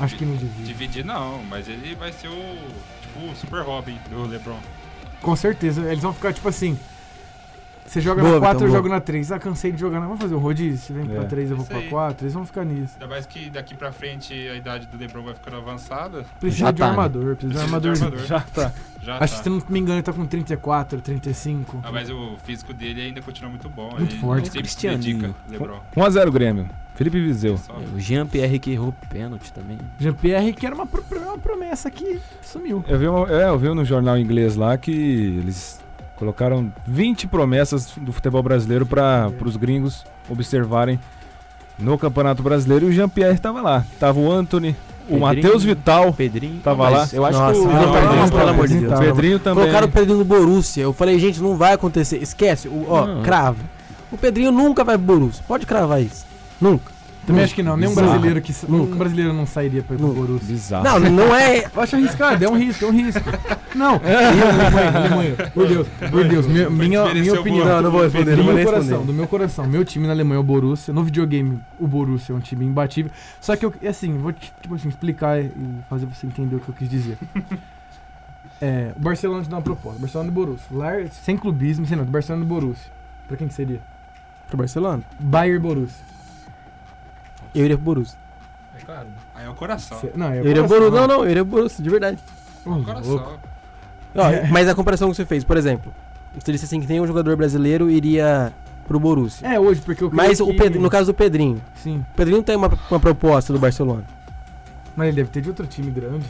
Não,
Acho que não divide.
Dividir não, mas ele vai ser o. Tipo, o Super Robin do LeBron.
Com certeza, eles vão ficar tipo assim. Você joga
Boa,
na 4,
Vitão,
eu
boa.
jogo na 3. Ah, cansei de jogar. Não, vamos fazer um rodízio. Você vem pra
É.
3, eu vou
Isso
pra
aí.
4. Eles vão ficar nisso.
Ainda mais que daqui pra frente a idade do LeBron vai ficando avançada.
Precisa
Já
de um
tá, né?
armador, precisa de um armador.
Já tá. Já
Acho que
tá.
se não me engano, ele tá com 34, 35.
Ah, mas o físico dele ainda continua muito bom.
Muito
ele
forte.
Sempre se
Cristianinho.
dedica, LeBron.
1x0 Grêmio. Felipe Viseu.
Só-
O Jean Pierre que errou pênalti também.
Jean-Pierre, que era uma, pro- uma promessa que sumiu.
Eu vi, uma- é, eu vi no jornal inglês lá que eles colocaram 20 promessas do futebol brasileiro para os gringos observarem no Campeonato Brasileiro e o Jean-Pierre estava lá. Tava o Anthony, o
Pedrinho.
Matheus Vital,
Pedrinho.
Tava
Ah, mas
lá.
Eu acho
Nossa,
que o
não,
Jean
não,
Pierre-
não,
Deus,
pelo amor de
o
Deus.
Pedrinho também.
Colocaram o Pedrinho no Borussia. Eu falei, gente, não vai acontecer. Esquece. O, ó,
Não.
cravo. O Pedrinho nunca vai pro Borussia. Pode cravar isso. Nunca.
Também acho que não. Nenhum
Bizarro.
brasileiro que sa-
Nunca.
um brasileiro não sairia pra ir pro
Nunca.
Borussia.
Bizarro.
Não, não é.
Eu acho arriscado, é um risco, é um risco. Não, Limonha, Limonha, por Deus, por Deus, minha, minha, minha
Desmereceu
opinião.
muito.
Não, não vou responder,
do
não vou
meu
responder.
coração, do meu coração. Meu time na Alemanha é o Borussia. No videogame, o Borussia é um time imbatível. Só que eu, é assim, vou te, tipo assim, explicar e fazer você entender o que eu quis dizer. É, o Barcelona te dá uma proposta. Barcelona e Borussia. Lá, sem clubismo, sem nada. Barcelona e Borussia. Pra quem que seria?
Pro Barcelona?
Bayern e Borussia.
Eu iria pro Borussia.
É claro. Aí é o coração.
Cê- não, é
Eu iria pro
coração,
Borussia. Não, não, eu iria pro Borussia, de verdade.
É o
Ô,
coração.
louco.
Ó,
É.
Mas a comparação que você fez, por exemplo, você disse assim que nenhum jogador brasileiro iria pro Borussia.
É hoje, porque eu creio
Mas o
que-
Pedro, no caso do Pedrinho,
Sim,
o Pedrinho tem uma, uma proposta do Barcelona.
mas ele deve ter de outro time grande.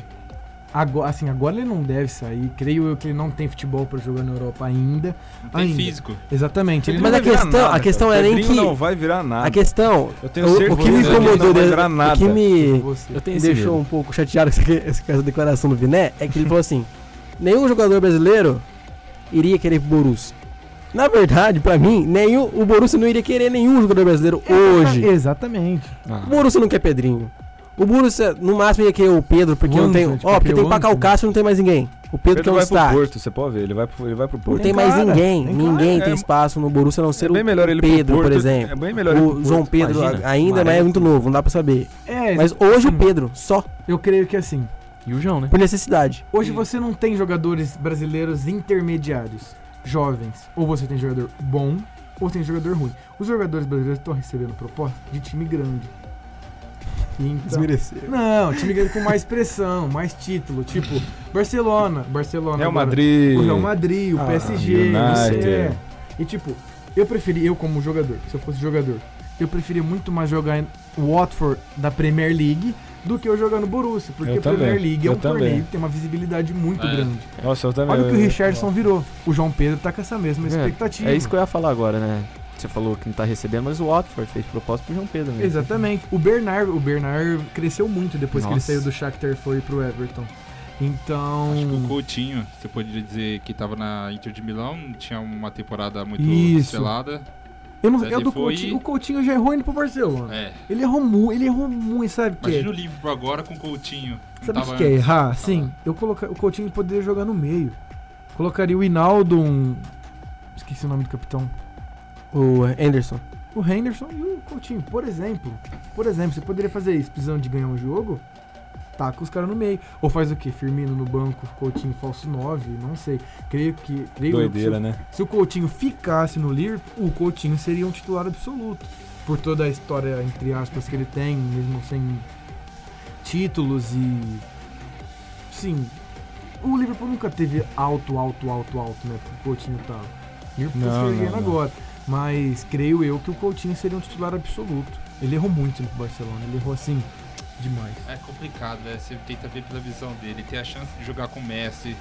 Agora, assim, agora ele não deve sair. Creio eu que ele não tem futebol pra jogar na Europa ainda.
Não tem
Ainda.
físico.
Exatamente. Ele
Mas
não
a
vai virar
questão-
nada,
a questão
cara.
é nem
Pedrinho
que-
não vai virar nada.
A questão.
Ah. Eu tenho
O, o que me
certeza que ele
incomodou
não vai
dele-
virar
O que
nada.
me
Você.
Eu tenho
me
esse
deixou
medo.
um pouco chateado com essa- com essa declaração do Viné é que ele falou assim: nenhum jogador brasileiro iria querer pro Borussia. Na verdade, pra mim, nenhum, o Borussia não iria querer nenhum jogador brasileiro
É,
hoje.
É, Exatamente.
Ah.
O Borussia não quer Pedrinho. O Borussia, no máximo, ia querer o Pedro, porque não tem.
Wanderson,
Ó, porque
tipo,
é
tem o Pacau
né?
Wanderson.
Castro não tem mais ninguém. O Pedro, que é
Pedro
um
vai pro
destaque.
Porto, você pode ver, ele vai pro, ele vai pro
Não
Porto.
tem mais
cara,
ninguém.
tem
ninguém
cara.
tem
É-
espaço no Borussia a não
É
ser o
bem melhor ele pro
Pedro,
Porto,
por exemplo.
É bem melhor ele
o João Pedro
imagina.
a- ainda mas é
Amarelo.
muito novo, não dá pra saber.
É,
Mas hoje o
Sim.
Pedro, só,
eu creio que assim.
E o João, né?
por necessidade.
Hoje você não tem jogadores brasileiros intermediários, jovens. Ou você tem jogador bom, ou tem jogador ruim. Os jogadores brasileiros estão recebendo proposta de time grande. Então, não, time grande com mais pressão, mais título. Tipo, Barcelona. Barcelona.
Real
agora.
Madrid.
O Real Madrid, o
Ah,
PSG,
United.
é. E tipo, eu preferi, eu como jogador, se eu fosse jogador, eu preferia muito mais jogar em Watford da Premier League do que eu jogar no Borussia, porque
Eu
a Premier
também,
League é
eu
um torneio
também.
que tem uma visibilidade muito
É.
grande.
Nossa, eu também. é
Olha o que o
eu-
Richardson virou. O João Pedro tá com essa mesma
É,
expectativa.
É isso que eu ia falar agora, né? Você falou que não tá recebendo, mas o Watford fez proposta pro João Pedro né? mesmo.
Exatamente. O Bernard, o Bernard cresceu muito depois que ele
Nossa.
saiu do Shakhtar e foi pro Everton. Então,
Acho que o Coutinho, você poderia dizer que tava na Inter de Milão, tinha uma temporada muito
Isso.
selada.
eu não,
Mas
eu
ele
do
foi-
Coutinho, o Coutinho já errou indo pro Barcelona.
É.
Ele errou muito, ele errou muito, sabe o que?
Imagina o Liverpool agora com o Coutinho. Não
Sabe o que
tava
que é
antes.
errar? Sim,
Tava.
eu colocar o Coutinho poderia jogar no meio. Colocaria o Hinaldo, um. Esqueci o nome do capitão.
O Anderson.
O Henderson e o Coutinho, por exemplo. Por exemplo, você poderia fazer isso, precisando de ganhar um jogo, taca os caras no meio. Ou faz o quê? Firmino no banco, Coutinho falso 9, não sei. Creio que. Creio eu que se o-
Doideira, né?
se o Coutinho ficasse no Liverpool, o Coutinho seria um titular absoluto. Por toda a história, entre aspas, que ele tem, mesmo sem títulos e. Sim. O Liverpool nunca teve alto, alto, alto, alto, né? Porque o Coutinho tá. O Liverpool
Não,
tá se
não,
erguendo
não.
agora. Mas creio eu que o Coutinho seria um titular absoluto. Ele errou muito no Barcelona, ele errou assim demais.
É complicado, né? Você tenta ver pela visão dele, ter a chance de jogar com o Messi.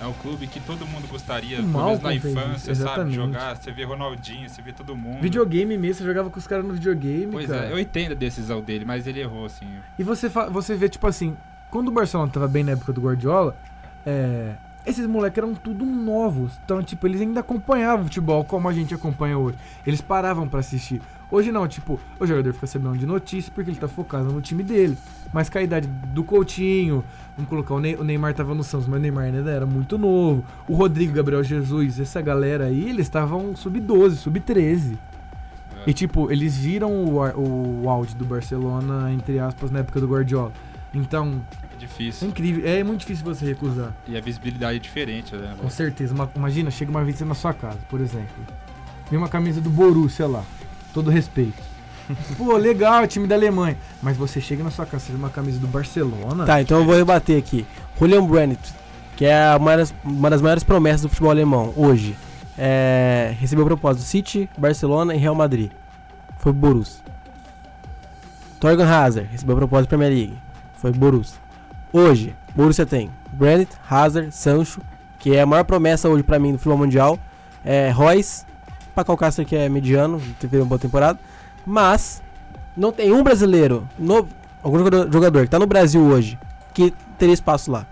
É um clube que todo mundo gostaria,
O
pelo menos
Malcom
na
fez isso,
infância, sabe?
exatamente.
Jogar, você vê Ronaldinho, você vê todo mundo.
Videogame mesmo, você jogava com os caras no videogame,
Pois
cara.
é, eu entendo a decisão dele, mas ele errou, assim.
E você, fa- você vê, tipo assim, quando o Barcelona tava bem na época do Guardiola, é, esses moleques eram tudo novos. Então, tipo, eles ainda acompanhavam o futebol como a gente acompanha hoje. Eles paravam pra assistir. Hoje não, tipo, o jogador fica sabendo de notícias porque ele tá focado no time dele. Mas com a idade do Coutinho, vamos colocar, o, Ney- o Neymar tava no Santos, mas o Neymar ainda era muito novo. O Rodrigo, Gabriel Jesus, essa galera aí, eles estavam sub-12, sub-13.
É.
E tipo, eles viram o, ar- o auge do Barcelona, entre aspas, na época do Guardiola. Então,
É
é
difícil.
incrível. É muito difícil você recusar.
E a visibilidade é diferente, né?
Com certeza. Uma- imagina, chega uma visita na sua casa, por exemplo. Vem uma camisa do Borussia lá. Todo respeito. Pô, legal, time da Alemanha. Mas você chega na sua casa, você vê uma camisa do Barcelona.
Tá, então eu vou rebater aqui. Julian Brandt, que é uma das, uma das maiores promessas do futebol alemão hoje, é, recebeu proposta do City, Barcelona e Real Madrid. Foi pro Borussia. Torgan Hazard recebeu proposta da Premier League. Foi pro Borussia. Hoje, Borussia tem Brandt, Hazard, Sancho, que é a maior promessa hoje pra mim do futebol mundial. É, Royce, Pacal Castro, que é mediano, teve uma boa temporada. Mas, não tem um brasileiro, no, algum jogador- jogador que tá no Brasil hoje, que teria espaço lá.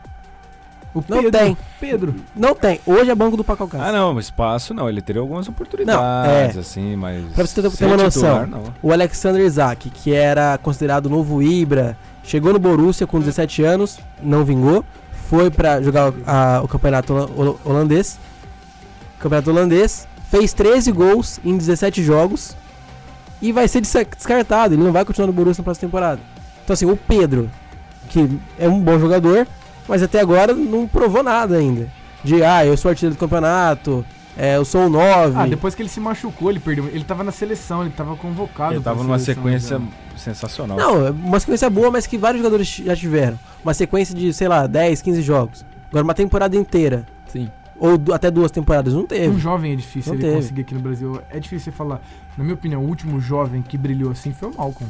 O
Não
Pedro,
tem.
Pedro.
Não tem. Hoje é banco do Pacal Castro.
Ah, não, espaço não. Ele teria algumas oportunidades, assim, mas.
é. Pra você ter-
ser
ter uma
titular,
noção.
não.
O Alexander Isaac, que era considerado o novo Ibra, chegou no Borussia com 17 anos, não vingou, foi pra jogar o- a- o campeonato hola- hol- holandês. Campeonato holandês, fez 13 gols em 17 jogos e vai ser desa- descartado, ele não vai continuar no Borussia na próxima temporada. Então assim, o Pedro, que é um bom jogador, mas até agora não provou nada ainda. De, ah, eu sou artilheiro do campeonato, é, eu sou o 9.
Ah, depois que ele se machucou, ele perdeu. Ele tava na seleção, ele tava convocado.
Ele
pra
tava numa
seleção,
sequência
né?
sensacional.
Não, é uma sequência boa, mas que vários jogadores já tiveram. Uma sequência de, sei lá, 10, 15 jogos. Agora, uma temporada inteira.
Sim.
Ou du- até duas temporadas. Não teve.
Um jovem é difícil
Não
ele
teve.
conseguir aqui no Brasil. É difícil você falar. Na minha opinião, o último jovem que brilhou assim foi o Malcolm.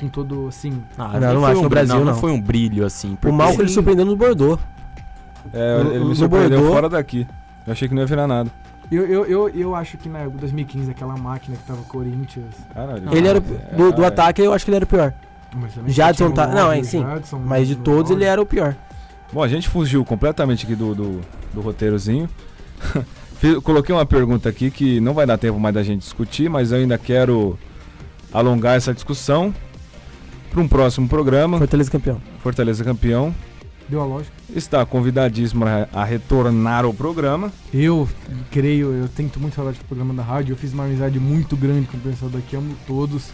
Com todo, assim.
não, não
foi
acho
um
no
brilho-
Brasil, não.
foi um brilho assim.
o
porque-
Malco ele
Sim.
surpreendeu no Bordeaux.
É,
No-
ele me
no
surpreendeu
Bordeaux.
fora daqui. Eu achei que não ia virar nada.
Eu, eu, eu, eu acho que na 2015, aquela máquina que tava Corinthians.
Caralho.
Ele era o-
É,
do, do
é.
ataque, eu acho que ele era o pior.
Mas também tinha
Jadson
o
tá- não, é,
Lopes,
sim.
Jadson, né,
Mas de
Lopes.
todos ele é- era o pior.
Bom, a gente fugiu completamente aqui do, do, do roteirozinho. Fiz- Coloquei uma pergunta aqui que não vai dar tempo mais da gente discutir, mas eu ainda quero alongar essa discussão para um próximo programa.
Fortaleza campeão.
Fortaleza campeão
Deu a lógica.
está convidadíssimo a a retornar ao programa.
Eu creio, eu tento muito saudade do programa da rádio. Eu fiz uma amizade muito grande com o pessoal daqui, amo todos.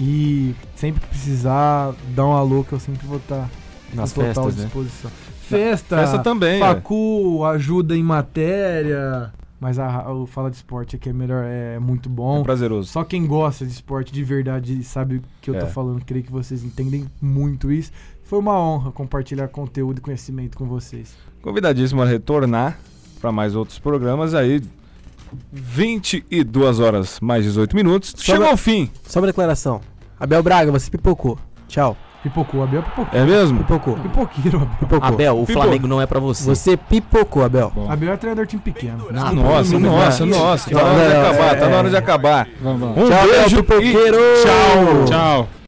E sempre que precisar dar um alô, que eu sempre vou estar
Nas
com total
festas, né?
disposição. Festa,
Essa também. é.
facu, ajuda em matéria. Mas a, ra- o Fala de Esporte aqui é melhor, é muito
É
bom.
prazeroso.
Só quem gosta de esporte de verdade sabe o que eu tô
É.
falando. Creio que vocês entendem muito isso. Foi uma honra compartilhar conteúdo e conhecimento com vocês.
Convidadíssimo a retornar para mais outros programas aí. 22 horas mais 18 minutos. Chegou ao fim.
Só uma declaração. Abel Braga, você pipocou. Tchau.
Pipocou, Abel pipocou.
É mesmo?
Pipocou.
Pipoqueiro, Abel.
Pipocou.
Abel, o
Pipô.
Flamengo não é pra você.
Você pipocou, Abel.
Bom,
Abel é treinador de time pequeno.
Não,
Nossa,
não,
nossa,
não.
nossa. Tá na hora de
Não,
acabar, tá na hora de
é.
acabar.
vamos lá.
Um
Tchau, Abel
beijo e
Pipoqueiro.
tchau.
Tchau.